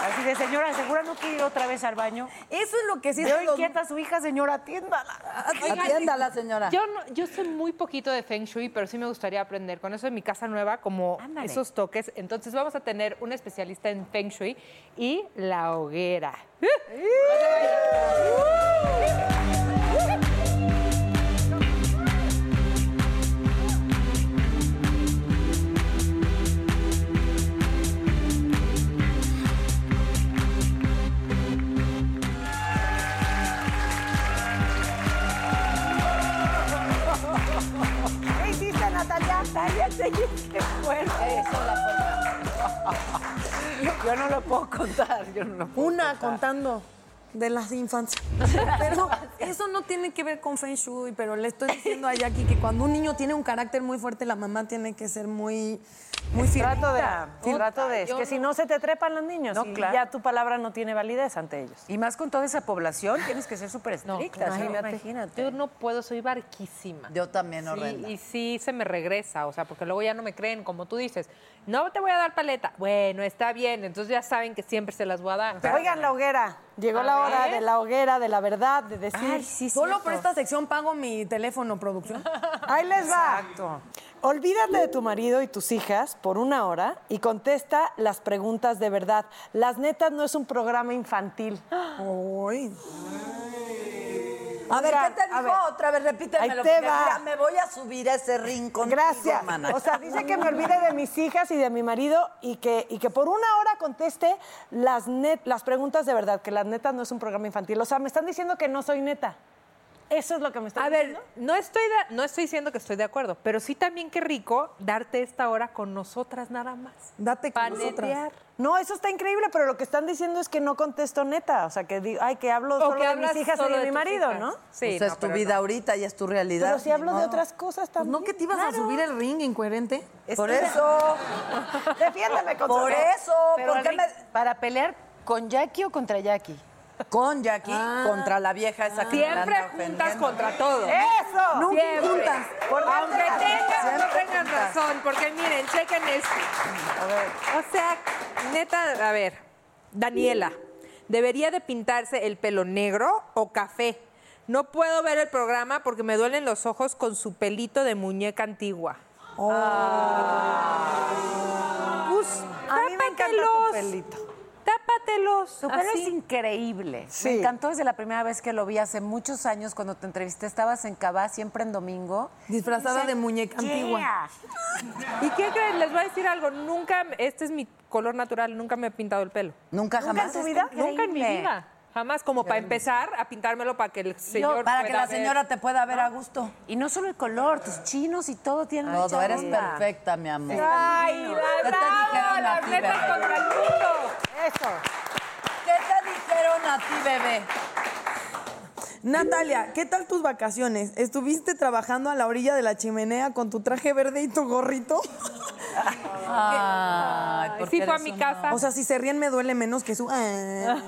[SPEAKER 4] Así de, señora, ¿segura no quiere ir otra vez al baño?
[SPEAKER 3] Eso es lo que sí
[SPEAKER 4] Veo
[SPEAKER 3] son los-
[SPEAKER 4] inquieta a su hija, señora, atiéndala.
[SPEAKER 5] Atiéndala, señora.
[SPEAKER 6] Yo, no- yo sé muy poquito de Feng Shui, pero sí me gustaría aprender con eso en mi casa nueva, como
[SPEAKER 4] Ándale.
[SPEAKER 6] esos toques. Entonces vamos a tener un especialista en Feng Shui y la hoguera.
[SPEAKER 7] ¿Qué hiciste, Natalia? Cállate, qué fuerte.
[SPEAKER 4] Yo no lo puedo contar, yo no lo puedo
[SPEAKER 3] Una contando de las infancias. Pero eso no tiene que ver con Feng Shui, pero le estoy diciendo a Jackie que cuando un niño tiene un carácter muy fuerte, la mamá tiene que ser muy, muy firme.
[SPEAKER 7] Trato de, trato de, es que si no se te trepan los niños
[SPEAKER 4] No,
[SPEAKER 7] y
[SPEAKER 4] claro.
[SPEAKER 7] ya tu palabra no tiene validez ante ellos.
[SPEAKER 4] Y más con toda esa población, tienes que ser súper
[SPEAKER 6] No,
[SPEAKER 4] estricta.
[SPEAKER 6] no,
[SPEAKER 4] ¿sí?
[SPEAKER 6] no, Yo no puedo, soy barquísima.
[SPEAKER 5] Yo también,
[SPEAKER 6] Sí,
[SPEAKER 5] horrenda.
[SPEAKER 6] y sí se me regresa, o sea, porque luego ya no me creen, como tú dices, no te voy a dar paleta. Bueno, está bien, entonces ya saben que siempre se las voy a dar.
[SPEAKER 7] Oigan, la hoguera. Llegó
[SPEAKER 6] A
[SPEAKER 7] la hora
[SPEAKER 6] ver.
[SPEAKER 7] de la hoguera, de la verdad, de decir.
[SPEAKER 4] Ay, sí,
[SPEAKER 3] Solo
[SPEAKER 4] cierto.
[SPEAKER 3] por esta sección pago mi teléfono, producción.
[SPEAKER 7] Ahí les va. Olvídate de tu marido y tus hijas por una hora y contesta las preguntas de verdad. Las netas no es un programa infantil.
[SPEAKER 3] Uy.
[SPEAKER 5] A ver,
[SPEAKER 7] Oigan,
[SPEAKER 5] ¿qué te dijo
[SPEAKER 7] a ver.
[SPEAKER 5] otra vez? Repítemelo.
[SPEAKER 7] Ahí te
[SPEAKER 5] porque
[SPEAKER 7] va.
[SPEAKER 5] mira, me voy a subir a ese rincón.
[SPEAKER 7] Gracias.
[SPEAKER 5] hermana.
[SPEAKER 7] O sea, dice que me olvide de mis hijas y de mi marido y que, y que por una hora conteste las, net- las preguntas de verdad, que las netas no es un programa infantil. O sea, me están diciendo que no soy neta. Eso es lo que me están
[SPEAKER 6] A ver,
[SPEAKER 7] diciendo.
[SPEAKER 6] no estoy, de- no estoy diciendo que estoy de acuerdo, pero sí también qué rico darte esta hora con nosotras nada más.
[SPEAKER 3] Date con nosotras.
[SPEAKER 6] Paletear.
[SPEAKER 7] No, eso está increíble, pero lo que están diciendo es que no contesto neta. O sea, que digo, ay, que hablo
[SPEAKER 6] O
[SPEAKER 7] solo
[SPEAKER 6] que
[SPEAKER 7] de
[SPEAKER 6] hablas
[SPEAKER 7] mis hijas y
[SPEAKER 6] solo
[SPEAKER 7] de mi
[SPEAKER 6] tus
[SPEAKER 7] marido,
[SPEAKER 6] hijas.
[SPEAKER 7] ¿no?
[SPEAKER 6] Sí.
[SPEAKER 5] Pues es
[SPEAKER 6] no,
[SPEAKER 5] tu
[SPEAKER 6] pero
[SPEAKER 5] vida ahorita y es tu realidad.
[SPEAKER 7] Pero si
[SPEAKER 5] ni
[SPEAKER 7] hablo de
[SPEAKER 5] modo.
[SPEAKER 7] otras cosas también.
[SPEAKER 3] Pues No que te ibas a subir el ring, incoherente.
[SPEAKER 5] Por eso,
[SPEAKER 7] Este, Defiéndeme, Consuelo.
[SPEAKER 5] por eso,
[SPEAKER 4] Pero
[SPEAKER 5] ¿por qué
[SPEAKER 4] Rick,
[SPEAKER 5] me...
[SPEAKER 4] Para pelear con Jackie o contra Jackie. Ah.
[SPEAKER 5] Con Jackie contra la vieja esa que me
[SPEAKER 6] Siempre juntas
[SPEAKER 5] anda ofendiendo.
[SPEAKER 6] contra todo.
[SPEAKER 7] ¡Eso!
[SPEAKER 6] Nunca
[SPEAKER 3] juntas.
[SPEAKER 6] Aunque tengan o no
[SPEAKER 5] Siempre
[SPEAKER 6] tengan
[SPEAKER 5] juntas.
[SPEAKER 6] razón, porque miren, chequen esto. O sea, neta, a ver, Daniela, ¿debería de pintarse el pelo negro o café? No puedo ver el programa porque me duelen los ojos con su pelito de muñeca antigua.
[SPEAKER 3] Ah.
[SPEAKER 6] Pues,
[SPEAKER 7] A mí me encanta tu
[SPEAKER 6] tápatelos.
[SPEAKER 7] pelito.
[SPEAKER 6] Tápatelos.
[SPEAKER 4] Su pelo
[SPEAKER 6] así.
[SPEAKER 4] es increíble.
[SPEAKER 7] Sí.
[SPEAKER 4] Me encantó desde la primera vez que lo vi hace muchos años cuando te entrevisté. Estabas en Cabá, siempre en domingo.
[SPEAKER 3] Disfrazada de muñeca antigua.
[SPEAKER 4] Yeah.
[SPEAKER 6] ¿Y qué creen? Les voy a decir algo. Nunca, este es mi color natural, nunca me he pintado el pelo.
[SPEAKER 5] Nunca jamás.
[SPEAKER 4] en tu vida?
[SPEAKER 6] Nunca en mi
[SPEAKER 4] Increíble.
[SPEAKER 6] vida. Jamás, como para empezar a pintármelo para que el señor.
[SPEAKER 5] para que
[SPEAKER 6] pueda
[SPEAKER 5] la
[SPEAKER 6] ver.
[SPEAKER 5] señora te pueda ver a gusto.
[SPEAKER 4] Y no solo el color, tus chinos y todo tienen
[SPEAKER 5] Todo,
[SPEAKER 4] mucha
[SPEAKER 5] eres
[SPEAKER 4] onda.
[SPEAKER 5] perfecta, mi amor.
[SPEAKER 6] ¡Ay, la
[SPEAKER 5] ¿Qué te
[SPEAKER 6] bravo!
[SPEAKER 5] dijeron a
[SPEAKER 6] Las
[SPEAKER 5] ti,
[SPEAKER 6] metas
[SPEAKER 5] bebé?
[SPEAKER 6] contra el mundo.
[SPEAKER 7] Eso.
[SPEAKER 5] ¿Qué te dijeron a ti, bebé?
[SPEAKER 3] Natalia, ¿qué tal tus vacaciones? ¿Estuviste trabajando a la orilla de la chimenea con tu traje verde y tu gorrito?
[SPEAKER 7] Ah.
[SPEAKER 5] Ay, porque
[SPEAKER 6] Sí, fue a
[SPEAKER 5] eres
[SPEAKER 6] mi
[SPEAKER 5] un-
[SPEAKER 6] casa.
[SPEAKER 3] O sea, si se ríen me duele menos que su... Ah.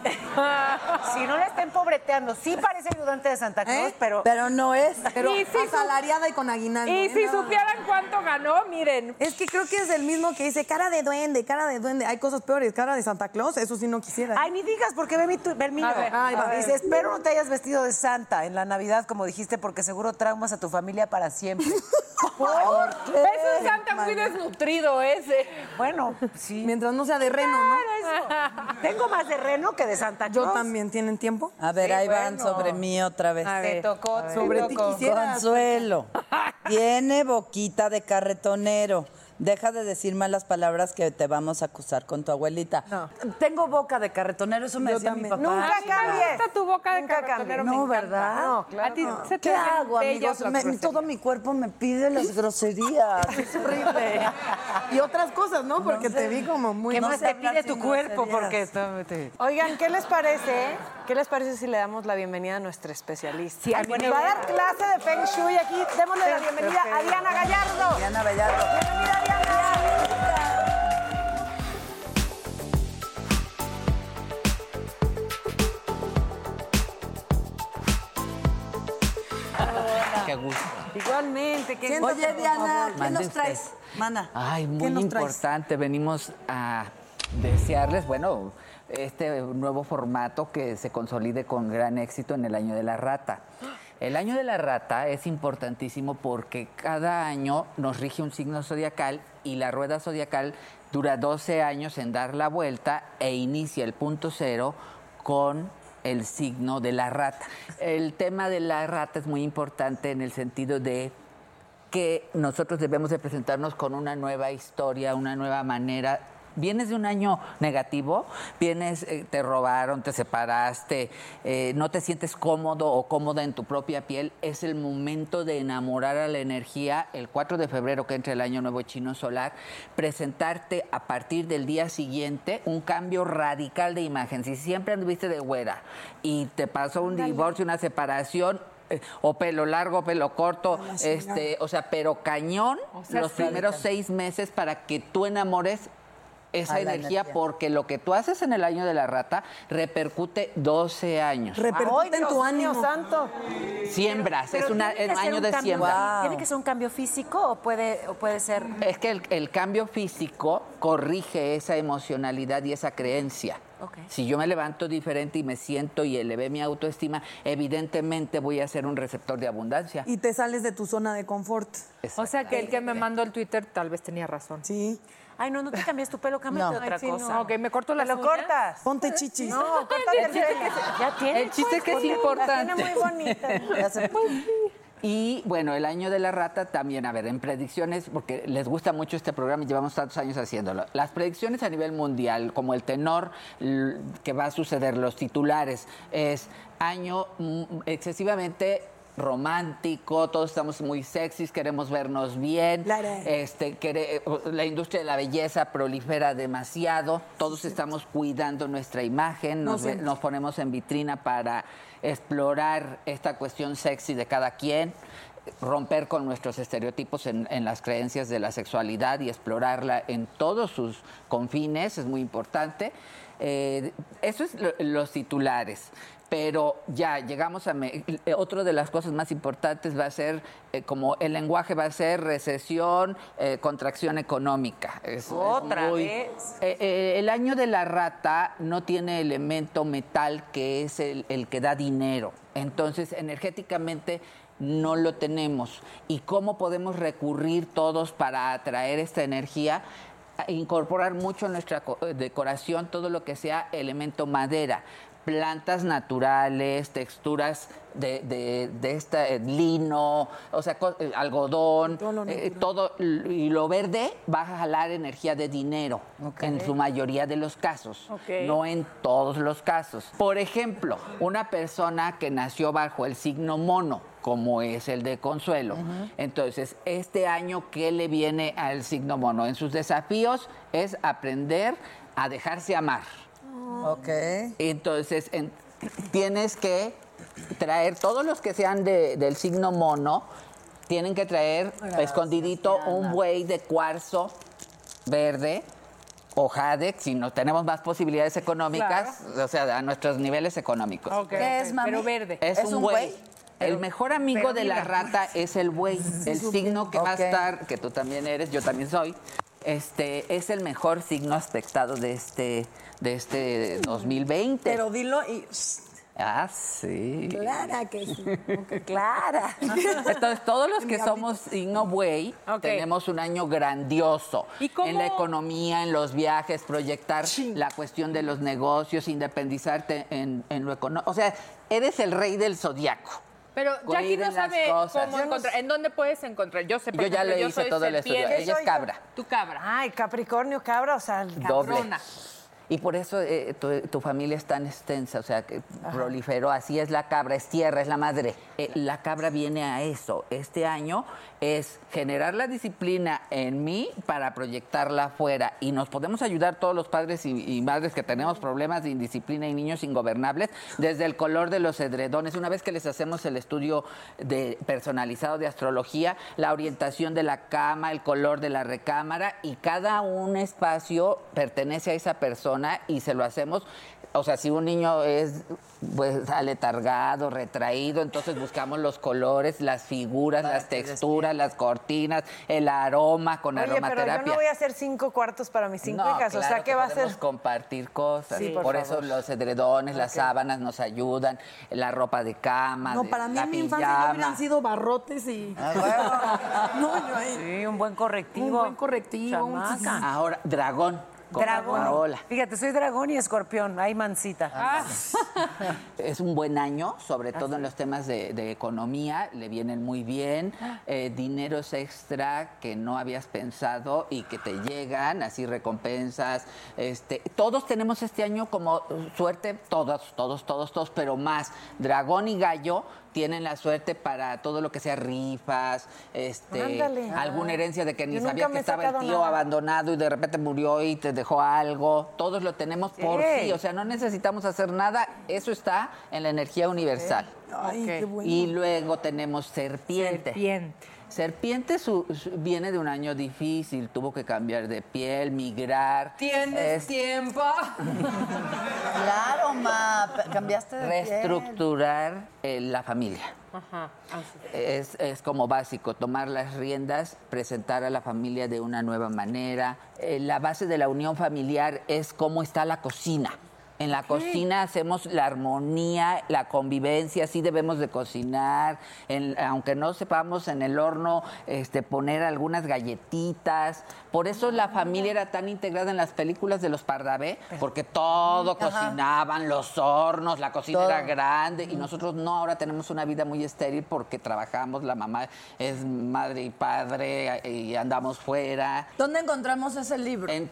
[SPEAKER 7] Si no la estén pobreteando, sí parece ayudante de Santa Cruz,
[SPEAKER 3] ¿Eh?
[SPEAKER 7] pero.
[SPEAKER 5] Pero no es.
[SPEAKER 3] Pero
[SPEAKER 6] Y si su-
[SPEAKER 3] asalariada y con aguinaldo.
[SPEAKER 6] y
[SPEAKER 3] ¿eh?
[SPEAKER 6] si
[SPEAKER 3] Nada más.
[SPEAKER 6] supieran cuánto ganó, miren.
[SPEAKER 3] Es que creo que es el mismo que dice cara de duende, cara de duende. Hay cosas peores, cara de Santa Claus, eso sí no quisiera.
[SPEAKER 7] Ay, ni digas, porque ve mi tu- ve el mío.
[SPEAKER 6] A ver,
[SPEAKER 3] Ay, va.
[SPEAKER 7] Dice,
[SPEAKER 3] Dice,
[SPEAKER 7] espero no te hayas
[SPEAKER 4] vestido de santa en la Navidad, como dijiste, porque seguro traumas a tu familia para siempre.
[SPEAKER 6] Es un santa muy desnutrido, ¿eh?
[SPEAKER 4] Bueno, sí.
[SPEAKER 3] Mientras no sea de reno, ¿no?
[SPEAKER 4] Tengo más de reno que de Santa Claus.
[SPEAKER 3] Yo también, ¿tienen tiempo?
[SPEAKER 5] A ver, ahí van sobre mí otra vez.
[SPEAKER 4] A Te ver, tocó, a te ver.
[SPEAKER 5] sobre ti
[SPEAKER 4] tocó.
[SPEAKER 3] quisieras.
[SPEAKER 5] Consuelo. Tiene boquita de carretonero. Deja de decir malas palabras que te vamos a acusar con tu abuelita. Tengo boca de carretonero, eso me
[SPEAKER 3] Yo
[SPEAKER 5] decía mi
[SPEAKER 3] también.
[SPEAKER 5] papá.
[SPEAKER 4] Nunca
[SPEAKER 6] Me
[SPEAKER 4] cambies.
[SPEAKER 6] gusta tu boca de
[SPEAKER 4] Nunca
[SPEAKER 6] carretonero,
[SPEAKER 4] cambies.
[SPEAKER 6] me
[SPEAKER 5] No,
[SPEAKER 6] encanta.
[SPEAKER 3] Ah,
[SPEAKER 5] ¿verdad?
[SPEAKER 6] No, claro.
[SPEAKER 4] A ti
[SPEAKER 6] no.
[SPEAKER 4] se
[SPEAKER 6] te
[SPEAKER 5] ¿Qué
[SPEAKER 6] ven
[SPEAKER 5] hago,
[SPEAKER 6] bellas
[SPEAKER 5] amigos?
[SPEAKER 6] las
[SPEAKER 5] Me-
[SPEAKER 6] groserías.
[SPEAKER 5] todo mi cuerpo me pide las groserías. Es horrible.
[SPEAKER 3] Y otras cosas, ¿no? Porque
[SPEAKER 5] sé.
[SPEAKER 3] te vi como muy...
[SPEAKER 5] ¿Qué
[SPEAKER 3] no
[SPEAKER 5] más
[SPEAKER 3] sé.
[SPEAKER 5] te pide tu cuerpo? Porque esto
[SPEAKER 4] Oigan, ¿qué les parece? ¿Qué les parece si le damos la bienvenida a nuestra especialista?
[SPEAKER 6] Sí, a mí me
[SPEAKER 4] Va a dar clase de Feng Shui aquí. Démosle la bienvenida a Diana Gallardo.
[SPEAKER 5] Diana Bellardo.
[SPEAKER 4] Bienvenida, Diana.
[SPEAKER 9] Qué gusto.
[SPEAKER 4] Igualmente, qué
[SPEAKER 5] Oye, Diana, ¿qué
[SPEAKER 9] Mande
[SPEAKER 5] nos
[SPEAKER 9] usted.
[SPEAKER 5] traes? Mana.
[SPEAKER 9] Ay, muy
[SPEAKER 5] nos traes?
[SPEAKER 9] importante. Venimos a desearles, bueno, este nuevo formato que se consolide con gran éxito en el año de la rata. El año de la rata es importantísimo porque cada año nos rige un signo zodiacal y la rueda zodiacal dura 12 años en dar la vuelta e inicia el punto cero con el signo de la rata. El tema de la rata es muy importante en el sentido de que nosotros debemos de presentarnos con una nueva historia, una nueva manera. Vienes de un año negativo, vienes, eh, te robaron, te separaste, eh, no te sientes cómodo o cómoda en tu propia piel, es el momento de enamorar a la energía el 4 de febrero que entra el año nuevo chino solar, presentarte a partir del día siguiente un cambio radical de imagen. Si siempre anduviste de güera y te pasó un divorcio, una separación, eh, o pelo largo, pelo corto, este, o sea, pero cañón los primeros seis meses para que tú enamores esa
[SPEAKER 5] A la
[SPEAKER 9] energía,
[SPEAKER 5] energía.
[SPEAKER 9] porque lo que tú haces en el año de la rata repercute 12 años.
[SPEAKER 3] Repercute en tu ánimo.
[SPEAKER 4] santo.
[SPEAKER 9] Siembras,
[SPEAKER 2] Pero
[SPEAKER 9] es, una,
[SPEAKER 2] tiene que
[SPEAKER 9] es
[SPEAKER 2] ser
[SPEAKER 9] año
[SPEAKER 2] un
[SPEAKER 9] de
[SPEAKER 2] cambio-
[SPEAKER 9] siembra.
[SPEAKER 2] ¿Tiene que ser un cambio físico o puede, o puede ser
[SPEAKER 9] Es que el, el cambio físico corrige esa emocionalidad y esa creencia.
[SPEAKER 2] Ok.
[SPEAKER 9] Si yo me levanto diferente y me siento y elevé mi autoestima, evidentemente voy a ser un receptor de abundancia.
[SPEAKER 3] Y te sales de tu zona de confort.
[SPEAKER 6] O sea, que el que me mandó el Twitter tal vez tenía razón.
[SPEAKER 3] Sí.
[SPEAKER 2] Ay, no, no te cambias tu pelo, cámbiate otra cosa.
[SPEAKER 6] Ok, me corto las
[SPEAKER 4] ¿Lo
[SPEAKER 6] uñas.
[SPEAKER 4] cortas?
[SPEAKER 3] Ponte chichis.
[SPEAKER 4] No, córtate el pelo.
[SPEAKER 2] Ya tiene.
[SPEAKER 9] El chiste es que es
[SPEAKER 4] Tiene
[SPEAKER 9] importante.
[SPEAKER 4] muy bonita.
[SPEAKER 9] Y bueno, el año de la rata también, a ver, en predicciones, porque les gusta mucho este programa y llevamos tantos años haciéndolo. Las predicciones a nivel mundial, como el tenor l- que va a suceder, los titulares, es año mm, excesivamente romántico, todos estamos muy sexys, queremos vernos bien,
[SPEAKER 3] Claro.
[SPEAKER 9] este, quere- la industria de la belleza prolifera demasiado, todos estamos cuidando nuestra imagen,
[SPEAKER 3] No
[SPEAKER 9] nos, ve-
[SPEAKER 3] siempre.
[SPEAKER 9] nos ponemos en vitrina para explorar esta cuestión sexy de cada quien, romper con nuestros estereotipos en, en las creencias de la sexualidad y explorarla en todos sus confines, es muy importante. Eh, eso es lo- los titulares. Pero ya llegamos a... me- eh, otro de las cosas más importantes va a ser, eh, como el lenguaje va a ser recesión, eh, contracción económica. Es- es
[SPEAKER 4] Otra
[SPEAKER 9] muy-
[SPEAKER 4] vez.
[SPEAKER 9] eh, eh, el año de la rata no tiene elemento metal que es el, el que da dinero. Entonces, energéticamente no lo tenemos. ¿Y cómo podemos recurrir todos para atraer esta energía? A Incorporar mucho en nuestra co- eh, decoración todo lo que sea elemento madera, plantas naturales, texturas de, de- de esta, eh, lino, o sea, co- eh, algodón, eh, todo, l- y lo verde va a jalar energía de dinero en su mayoría de los casos,
[SPEAKER 6] Ok.
[SPEAKER 9] no en todos los casos. Por ejemplo, una persona que nació bajo el signo mono, como es el de Consuelo. Entonces, este año, ¿qué le viene al signo mono? En sus desafíos es aprender a dejarse amar.
[SPEAKER 3] Ah.
[SPEAKER 5] Ok.
[SPEAKER 9] Entonces, en- tienes que traer, todos los que sean de- del signo mono, tienen que traer escondidito un buey de cuarzo verde o jade, si no tenemos más posibilidades económicas, o sea, a nuestros niveles económicos.
[SPEAKER 6] Ok,
[SPEAKER 5] ¿Qué es,
[SPEAKER 6] ok,
[SPEAKER 5] mami?
[SPEAKER 6] Pero verde.
[SPEAKER 9] Es,
[SPEAKER 5] ¿Es
[SPEAKER 9] un,
[SPEAKER 5] un
[SPEAKER 9] buey.
[SPEAKER 5] buey?
[SPEAKER 9] El mejor amigo
[SPEAKER 6] pero
[SPEAKER 9] de la
[SPEAKER 6] mira.
[SPEAKER 9] rata es el buey. El signo que va a
[SPEAKER 5] Ok.
[SPEAKER 9] estar, que tú también eres, yo también soy, este, es el mejor signo aspectado de este, de este 2020.
[SPEAKER 5] Pero dilo y... shh,
[SPEAKER 9] Ah, sí.
[SPEAKER 3] Clara que sí. como que Clara.
[SPEAKER 9] Entonces, todos los que somos Innoway tenemos un año grandioso en la economía, en los viajes, proyectar la cuestión de los negocios, independizarte en, en lo económico. O sea, eres el rey del zodiaco.
[SPEAKER 6] Pero Jackie
[SPEAKER 9] Cuiden
[SPEAKER 6] no
[SPEAKER 9] las
[SPEAKER 6] sabe
[SPEAKER 9] cosas.
[SPEAKER 6] cómo encontrar. ¿En dónde puedes encontrar? Yo sé, por
[SPEAKER 9] Yo ya
[SPEAKER 6] ejemplo,
[SPEAKER 9] le hice
[SPEAKER 6] soy
[SPEAKER 9] todo el estudio.
[SPEAKER 6] serpiente.
[SPEAKER 9] Ella es cabra.
[SPEAKER 6] Tú cabra.
[SPEAKER 7] Ay, Capricornio, cabra, o sea,
[SPEAKER 9] Doble.
[SPEAKER 6] cabrona.
[SPEAKER 9] Y por eso eh, tu, tu familia es tan extensa, o sea, que proliferó. Así es la cabra, es tierra, es la madre. Eh, la cabra viene a eso. Este año es generar la disciplina en mí para proyectarla afuera. Y nos podemos ayudar todos los padres y, y madres que tenemos problemas de indisciplina y niños ingobernables, desde el color de los edredones. Una vez que les hacemos el estudio de, personalizado de astrología, la orientación de la cama, el color de la recámara, y cada un espacio pertenece a esa persona y se lo hacemos. O sea, si un niño es pues aletargado, retraído, entonces buscamos los colores, las figuras, las texturas, las cortinas, el aroma con
[SPEAKER 7] Oye, pero
[SPEAKER 9] aromaterapia.
[SPEAKER 7] yo no voy a hacer cinco cuartos para mis cinco
[SPEAKER 9] No,
[SPEAKER 7] hijas, o
[SPEAKER 9] claro
[SPEAKER 7] sea,
[SPEAKER 9] que
[SPEAKER 7] ¿qué va a ser?
[SPEAKER 9] podemos compartir cosas.
[SPEAKER 7] Sí,
[SPEAKER 9] por
[SPEAKER 7] por
[SPEAKER 9] eso
[SPEAKER 7] favor.
[SPEAKER 9] los edredones, las sábanas nos ayudan, la ropa de cama,
[SPEAKER 3] No,
[SPEAKER 9] de-
[SPEAKER 3] para mí
[SPEAKER 9] la
[SPEAKER 3] en mi infancia no hubieran
[SPEAKER 9] pijama. Ah,
[SPEAKER 3] sido barrotes y. no, yo ahí.
[SPEAKER 7] Sí, un buen correctivo.
[SPEAKER 3] Un buen correctivo. un
[SPEAKER 7] Chamaca.
[SPEAKER 9] Ahora, dragón. con
[SPEAKER 7] Dragón.
[SPEAKER 9] Paola.
[SPEAKER 7] Fíjate, soy dragón y escorpión. Ay, mancita.
[SPEAKER 4] Ah.
[SPEAKER 9] Es un buen año, sobre todo en los temas de, de economía, le vienen muy bien,
[SPEAKER 7] Ah.
[SPEAKER 9] eh, dineros extra que no habías pensado y que te llegan, así recompensas. Este, todos tenemos este año como suerte, todos, todos, todos, todos, pero más. Dragón y gallo tienen la suerte para todo lo que sea rifas, este,
[SPEAKER 7] Ándale.
[SPEAKER 9] alguna
[SPEAKER 7] Ah.
[SPEAKER 9] herencia de que ni
[SPEAKER 7] Yo nunca
[SPEAKER 9] sabías
[SPEAKER 7] me
[SPEAKER 9] que
[SPEAKER 7] he
[SPEAKER 9] estaba el
[SPEAKER 7] sacado
[SPEAKER 9] tío
[SPEAKER 7] nada.
[SPEAKER 9] abandonado y de repente murió y te dejó algo. Todos lo tenemos por
[SPEAKER 7] Sí.
[SPEAKER 9] sí, o sea, no necesitamos hacer nada, eso está en la energía universal.
[SPEAKER 3] Ay, qué bueno.
[SPEAKER 9] Y luego tenemos serpiente.
[SPEAKER 6] Serpiente.
[SPEAKER 9] Serpiente su- su- viene de un año difícil, tuvo que cambiar de piel, migrar.
[SPEAKER 6] ¿Tienes
[SPEAKER 9] es-
[SPEAKER 6] tiempo?
[SPEAKER 5] Claro, ma. Cambiaste de piel.
[SPEAKER 9] reestructurar eh, la familia.
[SPEAKER 6] Ajá.
[SPEAKER 3] ah,
[SPEAKER 10] Eh.
[SPEAKER 9] Es, es como básico, tomar las riendas, presentar a la familia de una nueva manera. Eh, la base de la unión familiar es cómo está la cocina. En la cocina hacemos la armonía, la convivencia, así debemos de cocinar, En- aunque no sepamos en el horno este, poner algunas galletitas. Por eso la familia era tan integrada en las películas de los Pardavé, porque todo cocinaban, los hornos, la cocina era grande y nosotros no, ahora tenemos una vida muy estéril porque trabajamos, la mamá es madre y padre eh, y andamos fuera.
[SPEAKER 5] ¿Dónde encontramos ese libro?
[SPEAKER 9] En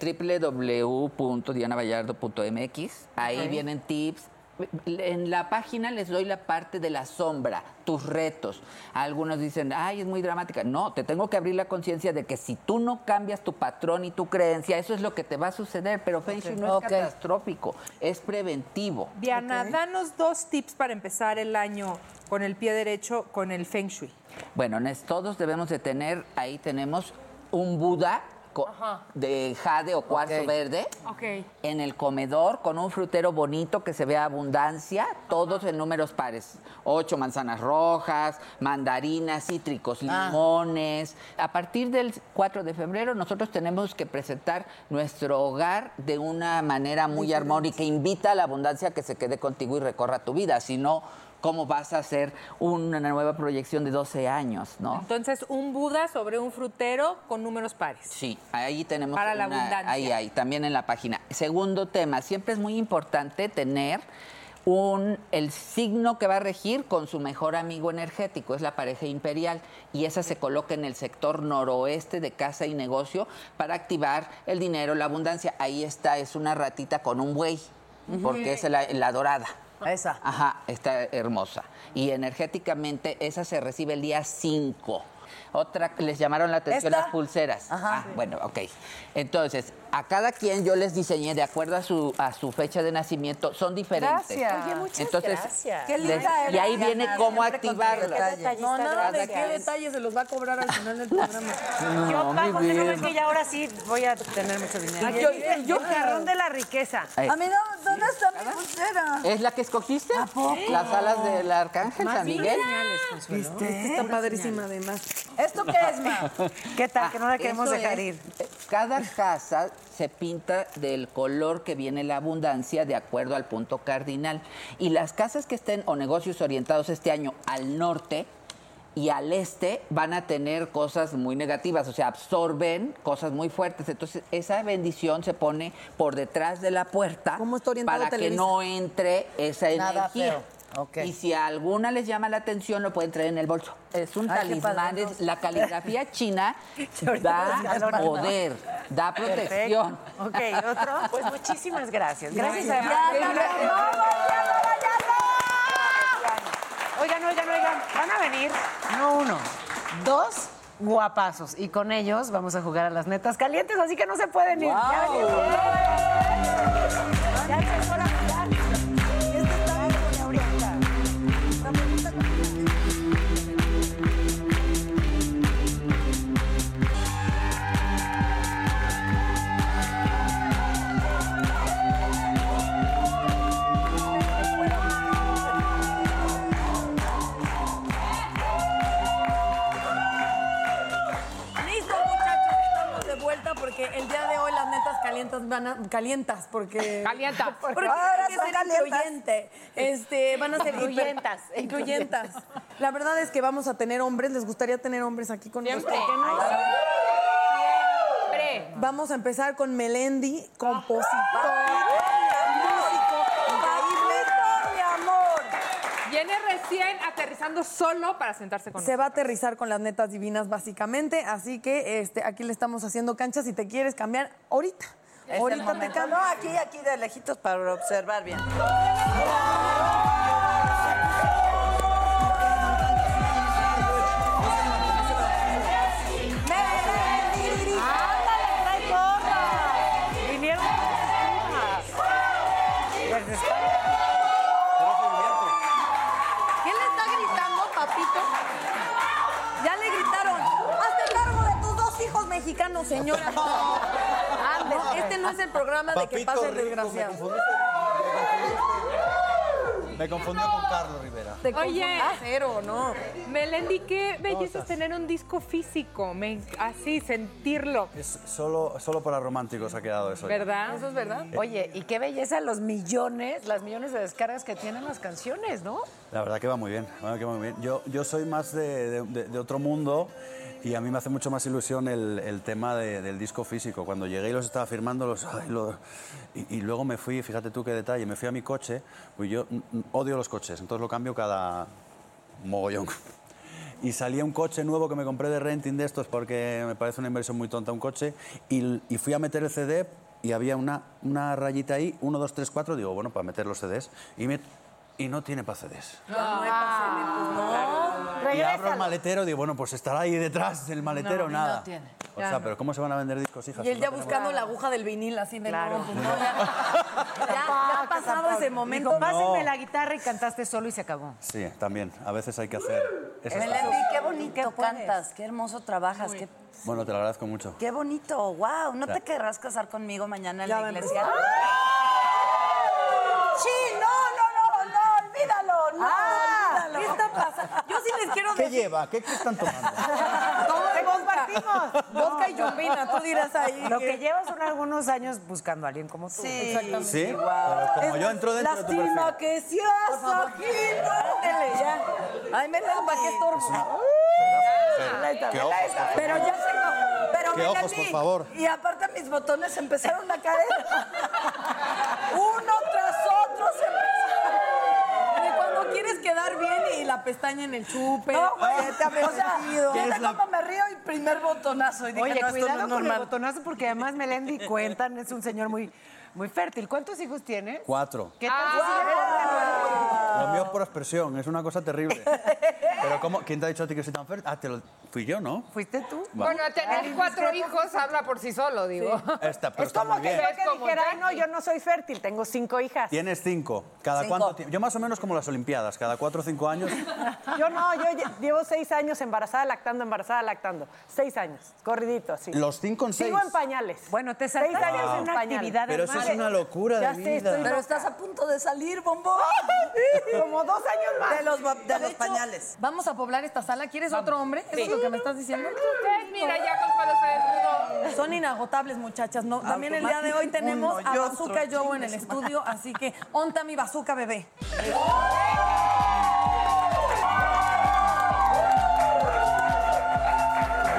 [SPEAKER 9] www.dianavallardo.mx, ahí
[SPEAKER 5] Ok.
[SPEAKER 9] vienen tips. En la página les doy la parte de la sombra, tus retos. Algunos dicen, ay, es muy dramática. No, te tengo que abrir la conciencia de que si tú no cambias tu patrón y tu creencia, eso es lo que te va a suceder. Pero Feng Shui no es
[SPEAKER 5] Ok.
[SPEAKER 9] catastrófico, es preventivo.
[SPEAKER 6] Diana, danos dos tips para empezar el año con el pie derecho, con el Feng Shui.
[SPEAKER 9] Bueno, nes- todos debemos de tener, ahí tenemos un Buda co- de jade o cuarzo verde.
[SPEAKER 6] Ok.
[SPEAKER 9] en el comedor con un frutero bonito que se vea abundancia, todos en números pares. Ocho manzanas rojas, mandarinas, cítricos, limones. A partir del 4 de febrero nosotros tenemos que presentar nuestro hogar de una manera muy armónica. Invita a la abundancia que se quede contigo y recorra tu vida. Si no, ¿cómo vas a hacer una nueva proyección de 12 años? ¿no?
[SPEAKER 6] Entonces, un Buda sobre un frutero con números pares.
[SPEAKER 9] Sí, ahí tenemos
[SPEAKER 6] Para la
[SPEAKER 9] una-
[SPEAKER 6] abundancia.
[SPEAKER 9] Ahí, ahí, también en la página. Segundo tema, siempre es muy importante tener un, el signo que va a regir con su mejor amigo energético, es la pareja imperial, y esa se coloca en el sector noroeste de casa y negocio para activar el dinero, la abundancia. Ahí está, es una ratita con un buey, porque es la, la dorada.
[SPEAKER 5] Esa.
[SPEAKER 9] Ajá, está hermosa. Y energéticamente esa se recibe el día 5. Otra, les llamaron la atención
[SPEAKER 5] ¿Esta?
[SPEAKER 9] las pulseras.
[SPEAKER 5] Ajá.
[SPEAKER 9] Ah, bueno, ok. Entonces, a cada quien yo les diseñé de acuerdo a su, a su fecha de nacimiento, son diferentes.
[SPEAKER 7] Gracias. Oye, muchas
[SPEAKER 9] Entonces,
[SPEAKER 7] gracias.
[SPEAKER 5] Qué
[SPEAKER 9] les-
[SPEAKER 5] linda eres,
[SPEAKER 9] y ahí viene
[SPEAKER 5] Diana,
[SPEAKER 9] cómo
[SPEAKER 5] siempre con tu
[SPEAKER 9] activarla.
[SPEAKER 5] detalle.
[SPEAKER 9] No, nada de qué
[SPEAKER 5] detalle se los va a cobrar al final del programa.
[SPEAKER 7] yo pago,
[SPEAKER 9] mi
[SPEAKER 7] pero
[SPEAKER 9] vida.
[SPEAKER 7] es que ya ahora sí voy a tener mucho dinero.
[SPEAKER 5] Yo- yo-
[SPEAKER 7] jarrón de la riqueza.
[SPEAKER 9] Ahí.
[SPEAKER 5] A mí, no, ¿dónde está mi pulsera?
[SPEAKER 4] Eh,
[SPEAKER 9] ¿Es la que escogiste?
[SPEAKER 7] Ah,
[SPEAKER 9] Pues, Las alas del arcángel San Miguel.
[SPEAKER 3] ¿Viste? Está padrísima además.
[SPEAKER 5] ¿Esto qué es, ma?
[SPEAKER 7] ¿Qué tal? que no la queremos
[SPEAKER 9] Ah, Eso
[SPEAKER 7] dejar
[SPEAKER 9] es,
[SPEAKER 7] ir.
[SPEAKER 9] eh, Cada casa se pinta del color que viene la abundancia de acuerdo al punto cardinal. Y las casas que estén o negocios orientados este año al norte y al este van a tener cosas muy negativas, o sea, absorben cosas muy fuertes. Entonces, esa bendición se pone por detrás de la puerta para que
[SPEAKER 5] Televisa?
[SPEAKER 9] no entre esa
[SPEAKER 5] Nada
[SPEAKER 9] energía.
[SPEAKER 5] feo. Ok.
[SPEAKER 9] Y si a alguna les llama la atención, lo pueden traer en el bolso. Es un
[SPEAKER 5] Ay, qué
[SPEAKER 9] talismán.
[SPEAKER 5] padre,
[SPEAKER 9] es- la caligrafía china
[SPEAKER 7] ahorita los
[SPEAKER 9] da
[SPEAKER 7] calores, ¿no?
[SPEAKER 9] poder, da protección.
[SPEAKER 7] Perfecto. Ok, otro. Pues muchísimas gracias. Gracias
[SPEAKER 9] Gracias.
[SPEAKER 7] a
[SPEAKER 9] Ya,
[SPEAKER 7] Gracias. Oigan, oigan, oigan, van a venir no uno, dos guapazos. Y con ellos vamos a jugar a las netas calientes, así que no se pueden ir. Ya venimos.
[SPEAKER 3] Listo, muchachos, estamos de vuelta porque el día de hoy las netas calientas van a, calientas porque
[SPEAKER 6] Calientas.
[SPEAKER 3] porque
[SPEAKER 5] Ahora
[SPEAKER 3] hay que
[SPEAKER 5] son
[SPEAKER 3] ser
[SPEAKER 5] calientas.
[SPEAKER 3] incluyente. Este, van a ser hiper-
[SPEAKER 5] Incluyentas,
[SPEAKER 3] incluyentas. La verdad es que vamos a tener hombres, les gustaría tener hombres aquí con
[SPEAKER 6] Siempre.
[SPEAKER 3] nosotros. ¿por qué no?
[SPEAKER 6] Siempre.
[SPEAKER 3] Vamos a empezar con Melendi, compositor,
[SPEAKER 5] músico, mi amor.
[SPEAKER 6] Viene recién aterrizando solo para sentarse con
[SPEAKER 3] Se va a aterrizar con las netas divinas, básicamente. Así que este, aquí le estamos haciendo canchas. Si te quieres cambiar, ahorita. ahorita te
[SPEAKER 5] No,
[SPEAKER 3] cambio.
[SPEAKER 5] aquí, aquí de lejitos para observar bien.
[SPEAKER 7] Vinieron.
[SPEAKER 3] Pues
[SPEAKER 5] ¿Quién le está gritando, papito?
[SPEAKER 3] Ya le gritaron. Hazte cargo de tus dos hijos mexicanos, señora. Andes, este no es el programa de que pase el desgraciado.
[SPEAKER 10] Me confundió con Carlos Rivera.
[SPEAKER 3] Te confundí.
[SPEAKER 6] Oye.
[SPEAKER 3] Ah, cero, no.
[SPEAKER 6] Melendi, qué belleza es tener un disco físico, me- así, sentirlo,
[SPEAKER 10] Es solo, solo para románticos ha quedado eso.
[SPEAKER 6] ¿verdad?
[SPEAKER 7] Eso es verdad.
[SPEAKER 10] Eh,
[SPEAKER 7] Oye, y qué belleza los millones, las millones de descargas que tienen las canciones, ¿no?
[SPEAKER 10] La verdad que va muy bien, la verdad que va muy bien. Yo, yo soy más de, de- de- de otro mundo y a mí me hace mucho más ilusión el, el tema de- del disco físico. Cuando llegué y los estaba firmando, los, ay, los- y, y luego me fui, fíjate tú qué detalle, me fui a mi coche, pues yo mm, odio los coches, entonces lo cambio cada mogollón. Y salía un coche nuevo que me compré de renting de estos porque me parece una inversión muy tonta un coche. Y, y fui a meter el CD y había una, una rayita ahí, 1, 2, 3, 4. Digo, bueno, para meter los CDs. Y, me- y no tiene para CDs.
[SPEAKER 3] Ah,
[SPEAKER 10] Y abro el maletero y digo, bueno, pues estará ahí detrás del maletero,
[SPEAKER 3] No, y no
[SPEAKER 10] nada.
[SPEAKER 3] tiene.
[SPEAKER 10] O
[SPEAKER 3] Claro.
[SPEAKER 10] sea, pero ¿cómo se van a vender discos, hijas?
[SPEAKER 3] Y él
[SPEAKER 10] Si
[SPEAKER 3] ya
[SPEAKER 10] no tenemos-
[SPEAKER 3] buscando la aguja del vinil, así de claro. ya, ya ha
[SPEAKER 7] Tampoco,
[SPEAKER 3] pasado
[SPEAKER 7] tampoco.
[SPEAKER 3] ese momento.
[SPEAKER 7] Dijo,
[SPEAKER 10] No.
[SPEAKER 7] pásenme la guitarra y cantaste solo y se acabó.
[SPEAKER 10] Sí, también. A veces hay que hacer esas
[SPEAKER 5] Melendi,
[SPEAKER 10] cosas.
[SPEAKER 5] qué bonito cantas, qué hermoso trabajas, qué,
[SPEAKER 10] Bueno, te lo agradezco mucho.
[SPEAKER 5] qué bonito, wow. ¿No
[SPEAKER 10] Ya.
[SPEAKER 5] te querrás casar conmigo mañana en
[SPEAKER 3] Ya
[SPEAKER 5] la
[SPEAKER 3] va a
[SPEAKER 5] iglesia? ¡Ah!
[SPEAKER 3] empezar.
[SPEAKER 5] Sí, no, no, no, no, olvídalo, no.
[SPEAKER 3] Ah, ¿Qué está pasando? Yo sí les quiero
[SPEAKER 10] ¿Qué
[SPEAKER 3] decir.
[SPEAKER 10] lleva? ¿Qué, qué están tomando?
[SPEAKER 7] compartimos.
[SPEAKER 3] Vodka y yumbina, tú dirás ahí
[SPEAKER 7] Lo
[SPEAKER 3] que-
[SPEAKER 7] que llevas son algunos años buscando a alguien como tú.
[SPEAKER 5] Sí,
[SPEAKER 10] ¿Sí? Pero como yo entro dentro de tu perfil.
[SPEAKER 3] Lástima que seas aquí. Ándele, ya.
[SPEAKER 5] Ay, Melendi.
[SPEAKER 3] ¿Para qué estorbo?
[SPEAKER 10] ¿Qué ojos, por favor.
[SPEAKER 5] Pero ya tengo. Pero
[SPEAKER 10] Qué ojos,
[SPEAKER 5] Melendi,
[SPEAKER 10] por favor.
[SPEAKER 5] Y aparte mis botones empezaron a caer. Uno tras otro se empezaron.
[SPEAKER 3] De cuando quieres quedar bien y la pestaña en el chupe.
[SPEAKER 5] No, güey, te abre
[SPEAKER 3] o sea,
[SPEAKER 5] sentido.
[SPEAKER 3] ¿qué
[SPEAKER 5] Fíjate
[SPEAKER 3] es la-
[SPEAKER 5] cómo me río y primer botonazo. Y dije, no,
[SPEAKER 7] Oye,
[SPEAKER 5] esto no
[SPEAKER 7] cuidado
[SPEAKER 5] es
[SPEAKER 7] con el
[SPEAKER 5] normal.
[SPEAKER 7] botonazo porque además Melendi cuentan, es un señor muy, muy fértil. ¿Cuántos hijos tienes?
[SPEAKER 10] Cuatro.
[SPEAKER 7] ¿Qué tal? si sigues teniendo?
[SPEAKER 10] Lo mío es por expresión, es una cosa terrible. Pero ¿cómo? ¿Quién te ha dicho a ti que soy tan fértil? Ah, te lo... fui yo, ¿no?
[SPEAKER 7] ¿Fuiste tú?
[SPEAKER 6] Bueno, tener cuatro hijos habla por sí solo, digo.
[SPEAKER 10] Esta, pero
[SPEAKER 7] es
[SPEAKER 10] está
[SPEAKER 7] como
[SPEAKER 10] muy
[SPEAKER 7] que
[SPEAKER 10] bien.
[SPEAKER 7] yo que
[SPEAKER 6] como
[SPEAKER 7] dijera,
[SPEAKER 6] un
[SPEAKER 7] "Ay, no, yo no soy fértil, tengo cinco hijas.
[SPEAKER 10] Tienes cinco. ¿Cada
[SPEAKER 5] Cinco.
[SPEAKER 10] cuánto tiempo? Yo más o menos como las Olimpiadas, cada cuatro o cinco años.
[SPEAKER 7] Yo no, yo lle- llevo seis años embarazada, lactando, embarazada, lactando. Seis años, corridito, así.
[SPEAKER 10] Los cinco en seis.
[SPEAKER 7] Sigo en pañales. Bueno, te saltas
[SPEAKER 10] saltaste una
[SPEAKER 7] actividad
[SPEAKER 10] Pero eso es una locura
[SPEAKER 7] Ya
[SPEAKER 10] de
[SPEAKER 7] sé, estoy
[SPEAKER 10] vida.
[SPEAKER 5] Pero estás a punto de salir, bombón.
[SPEAKER 7] como dos años más.
[SPEAKER 5] De los, ba- de los
[SPEAKER 3] hecho,
[SPEAKER 5] pañales.
[SPEAKER 3] Vamos a poblar esta sala. ¿Quieres otro hombre? ¿Es otro lo que me estás diciendo?
[SPEAKER 6] Ustedes, Pues mira, ya Consuelo se desnudó.
[SPEAKER 3] Son inagotables, muchachas. No, también el día de hoy tenemos
[SPEAKER 5] Uno y
[SPEAKER 3] a
[SPEAKER 5] otro,
[SPEAKER 3] Bazooka Joe en el
[SPEAKER 5] chingues.
[SPEAKER 3] estudio, así que onta mi Bazooka bebé.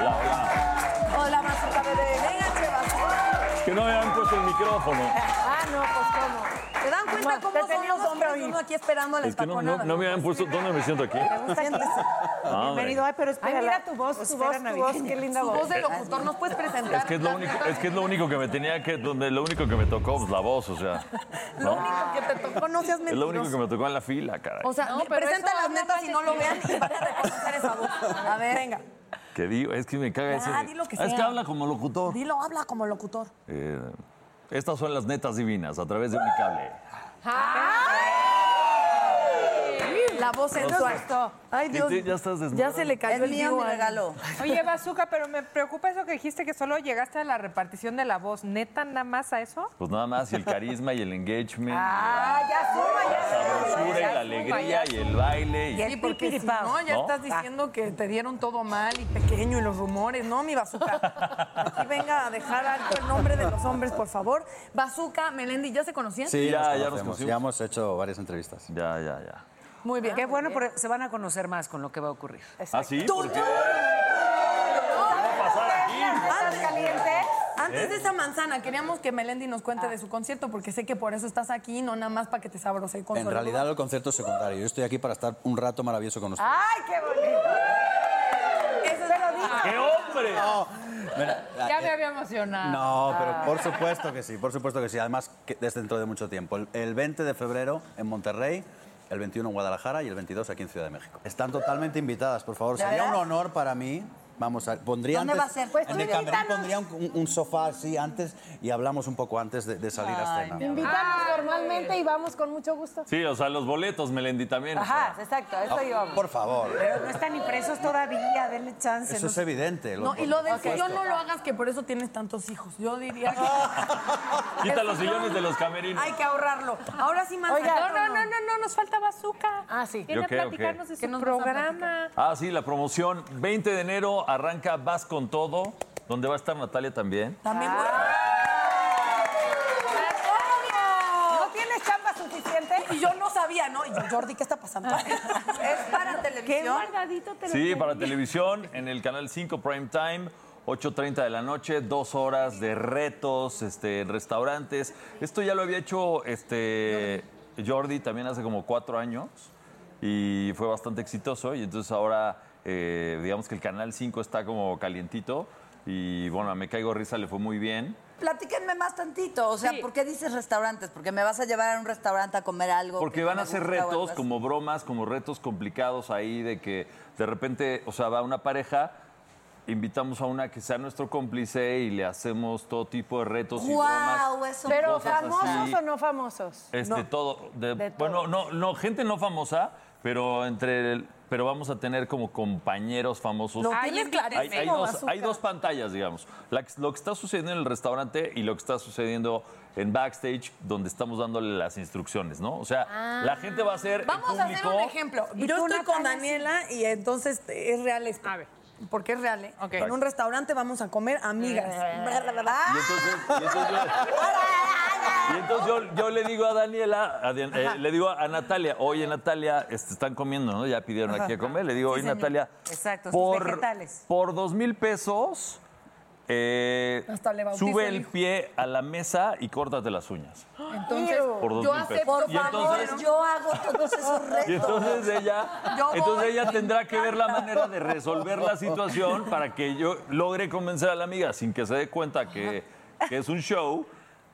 [SPEAKER 5] Hola, Mazuca Bebé. Venga, che, Bazooka.
[SPEAKER 11] Que no me han puesto el micrófono.
[SPEAKER 3] Ah, no, pues cómo. ¿Se dan cuenta
[SPEAKER 5] No,
[SPEAKER 3] cómo
[SPEAKER 5] te
[SPEAKER 3] son
[SPEAKER 5] teníamos
[SPEAKER 3] los hombres uno aquí esperando a la
[SPEAKER 11] Es que no, no-
[SPEAKER 3] espaconada?
[SPEAKER 11] no me han puesto. ¿Dónde me siento aquí? Ah, hombre.
[SPEAKER 3] Ay, pero Pues
[SPEAKER 4] espérala.
[SPEAKER 3] mira tu voz, tu voz, tu voz, qué linda
[SPEAKER 4] Su
[SPEAKER 3] voz.
[SPEAKER 4] voz de
[SPEAKER 3] locutor, ¿nos puedes presentar?
[SPEAKER 11] Es que es lo único, es que es lo único que me tenía que, donde lo único que me tocó pues, la voz, o sea,
[SPEAKER 3] Lo único que te tocó, no seas
[SPEAKER 11] es lo único que
[SPEAKER 3] mentiroso.
[SPEAKER 11] me tocó en la fila, caray.
[SPEAKER 3] O sea, presenta las netas y no lo vean y van a reconocer esa voz. A ver, venga.
[SPEAKER 11] Que digo, es que me caga eso.
[SPEAKER 3] Ah,
[SPEAKER 11] de-
[SPEAKER 3] di lo que
[SPEAKER 11] Ah, Es que
[SPEAKER 3] sea.
[SPEAKER 11] habla como locutor.
[SPEAKER 3] Dilo, habla como locutor.
[SPEAKER 11] Eh, estas son las netas divinas a través de Unicable.
[SPEAKER 3] La voz
[SPEAKER 11] Nos
[SPEAKER 3] sensual. Ay,
[SPEAKER 11] Dios. Viste, ya estás desnuda.
[SPEAKER 3] Ya se le cayó el mío,
[SPEAKER 5] regalo.
[SPEAKER 6] Oye, Bazooka, pero me preocupa eso que dijiste que solo llegaste a la repartición de la voz. ¿Neta nada más a eso?
[SPEAKER 11] Pues nada más, y el carisma y el engagement,
[SPEAKER 6] Ah, ya suma,
[SPEAKER 11] la dulzura y la alegría y el Ah. baile.
[SPEAKER 3] Sí, porque si no, ya
[SPEAKER 11] ¿No?
[SPEAKER 3] estás diciendo que te dieron todo mal y pequeño y los rumores. No, mi bazooka. Aquí venga a dejar alto el nombre de los hombres, por favor. Bazooka, Melendi, ¿ya se conocían?
[SPEAKER 10] conocemos, Ya hemos hecho varias entrevistas.
[SPEAKER 11] Ya, ya, ya.
[SPEAKER 7] Ah, Muy bien. Qué bueno, pero se van a conocer más con lo que va a ocurrir.
[SPEAKER 11] ¿Ah, sí? ¿Por qué?
[SPEAKER 10] ¿Eh?
[SPEAKER 3] Antes de esa manzana, queríamos que Melendi nos cuente de su concierto, porque sé que por eso estás aquí, no nada más para que te sabrose con
[SPEAKER 10] En realidad el concierto es secundario. Yo estoy aquí para estar un rato maravilloso con ustedes.
[SPEAKER 4] ¡Ay, qué bonito!
[SPEAKER 3] Eso se lo dije.
[SPEAKER 6] Ah.
[SPEAKER 11] ¡Qué hombre!
[SPEAKER 10] No, mira,
[SPEAKER 6] Ya
[SPEAKER 10] eh,
[SPEAKER 6] me había emocionado.
[SPEAKER 10] No, pero
[SPEAKER 6] Ah.
[SPEAKER 10] por supuesto que sí, por supuesto que sí. Además, que desde dentro de mucho tiempo. El, el 20 de febrero en Monterrey, el 21 en Guadalajara y el 22 aquí en Ciudad de México. Están totalmente invitadas, por favor.
[SPEAKER 5] ¿De
[SPEAKER 10] Sería un
[SPEAKER 5] veras?
[SPEAKER 10] honor para mí. Vamos a, pondría
[SPEAKER 5] ¿Dónde
[SPEAKER 10] antes-
[SPEAKER 5] va a ser? Pues tú
[SPEAKER 10] en el camerino
[SPEAKER 5] invítanos.
[SPEAKER 10] pondría un, un- un sofá así antes y hablamos un poco antes de, de salir a
[SPEAKER 5] Ay,
[SPEAKER 10] escena.
[SPEAKER 5] mi
[SPEAKER 12] Invitamos normalmente y vamos con mucho gusto.
[SPEAKER 11] Sí, o sea, los boletos, Melendi, también. o sea.
[SPEAKER 4] exacto,
[SPEAKER 10] eso Ah, íbamos. por favor.
[SPEAKER 4] Pero no están ni presos todavía, denle chance.
[SPEAKER 10] Eso
[SPEAKER 4] no
[SPEAKER 10] es
[SPEAKER 4] sé.
[SPEAKER 10] evidente.
[SPEAKER 3] No, y lo del
[SPEAKER 10] por
[SPEAKER 3] sillón
[SPEAKER 10] supuesto.
[SPEAKER 3] no lo hagas, que por eso tienes tantos hijos. Yo diría que...
[SPEAKER 11] Quita los sillones de los camerinos.
[SPEAKER 3] Hay que ahorrarlo. Ahora sí, más
[SPEAKER 6] Oiga, no, no, no, no, no, nos falta Bazooka. Ah, sí. Viene
[SPEAKER 11] ¿Yo
[SPEAKER 6] a
[SPEAKER 11] qué, o qué?
[SPEAKER 6] platicarnos de
[SPEAKER 3] Que
[SPEAKER 6] su
[SPEAKER 3] nos vas a
[SPEAKER 6] programa.
[SPEAKER 11] Ah, sí, la promoción. 20 de enero arranca Vas con Todo, donde va a estar Natalia también.
[SPEAKER 3] También voy
[SPEAKER 4] ¿No tienes chamba suficiente?
[SPEAKER 3] Y yo no sabía, ¿no? Y yo, Jordi, ¿qué está pasando?
[SPEAKER 5] Es para
[SPEAKER 6] Qué
[SPEAKER 5] televisión.
[SPEAKER 6] guardadito te lo
[SPEAKER 11] Sí,
[SPEAKER 6] tenía.
[SPEAKER 11] para televisión, en el canal 5 Prime Time. 8.30 de la noche, dos horas de retos, este, en restaurantes. Esto ya lo había hecho este, Jordi también hace como cuatro años y fue bastante exitoso. Y entonces ahora, eh, digamos que el canal 5 está como calientito y bueno, a Me Caigo de Risa le fue muy bien.
[SPEAKER 5] Platíquenme más tantito. O sea, ¿por qué dices restaurantes? Porque me vas a llevar a un restaurante a comer algo. que
[SPEAKER 11] Porque
[SPEAKER 5] no
[SPEAKER 11] van
[SPEAKER 5] me
[SPEAKER 11] a hacer
[SPEAKER 5] gusta o algo
[SPEAKER 11] retos,
[SPEAKER 5] así.
[SPEAKER 11] como bromas, como retos complicados ahí de que de repente, o sea, va una pareja, invitamos a una que sea nuestro cómplice y le hacemos todo tipo de retos y bromas.
[SPEAKER 12] Guau,
[SPEAKER 11] y
[SPEAKER 12] Pero
[SPEAKER 11] cosas
[SPEAKER 12] famosos
[SPEAKER 11] así.
[SPEAKER 12] o no famosos.
[SPEAKER 11] Este, todo. de-
[SPEAKER 12] De
[SPEAKER 11] bueno, no, no, gente no famosa, pero entre el- pero vamos a tener como compañeros famosos.
[SPEAKER 3] Lo tienes
[SPEAKER 11] Hay, hay
[SPEAKER 3] clarísimo,
[SPEAKER 11] dos,
[SPEAKER 3] Bazooka.
[SPEAKER 11] hay dos pantallas, digamos. La que- lo que está sucediendo en el restaurante y lo que está sucediendo en backstage, donde estamos dándole las instrucciones, ¿no? O sea, la gente va a ser. el
[SPEAKER 3] Vamos a hacer
[SPEAKER 11] público-
[SPEAKER 3] un ejemplo. Yo estoy con Daniela y entonces este, es real esto. A ver. Porque es real, ¿eh? En un restaurante vamos a comer amigas. Ah,
[SPEAKER 11] Y entonces, y entonces yo, y entonces yo- yo le digo a Daniela, a Dan- eh, le digo a Natalia, oye Natalia, este, están comiendo, ¿no? Ya pidieron aquí a comer. Le digo,
[SPEAKER 4] Sí,
[SPEAKER 11] oye
[SPEAKER 4] señor.
[SPEAKER 11] Natalia,
[SPEAKER 4] Exacto, sus
[SPEAKER 11] por,
[SPEAKER 4] vegetales.
[SPEAKER 11] por dos mil pesos, eh,
[SPEAKER 3] Hasta le bautizo
[SPEAKER 11] sube
[SPEAKER 3] el
[SPEAKER 11] el
[SPEAKER 3] hijo.
[SPEAKER 11] pie a la mesa y córtate las uñas.
[SPEAKER 3] Entonces,
[SPEAKER 11] Por dos
[SPEAKER 3] yo
[SPEAKER 11] mil
[SPEAKER 3] acepto,
[SPEAKER 11] pesos.
[SPEAKER 3] por
[SPEAKER 11] Y entonces-
[SPEAKER 3] favor,
[SPEAKER 5] Yo hago todos esos retos.
[SPEAKER 11] Y entonces ella,
[SPEAKER 5] Yo
[SPEAKER 11] entonces
[SPEAKER 5] voy.
[SPEAKER 11] ella tendrá que ver la manera de resolver la situación para que yo logre convencer a la amiga sin que se dé cuenta que, que es un show,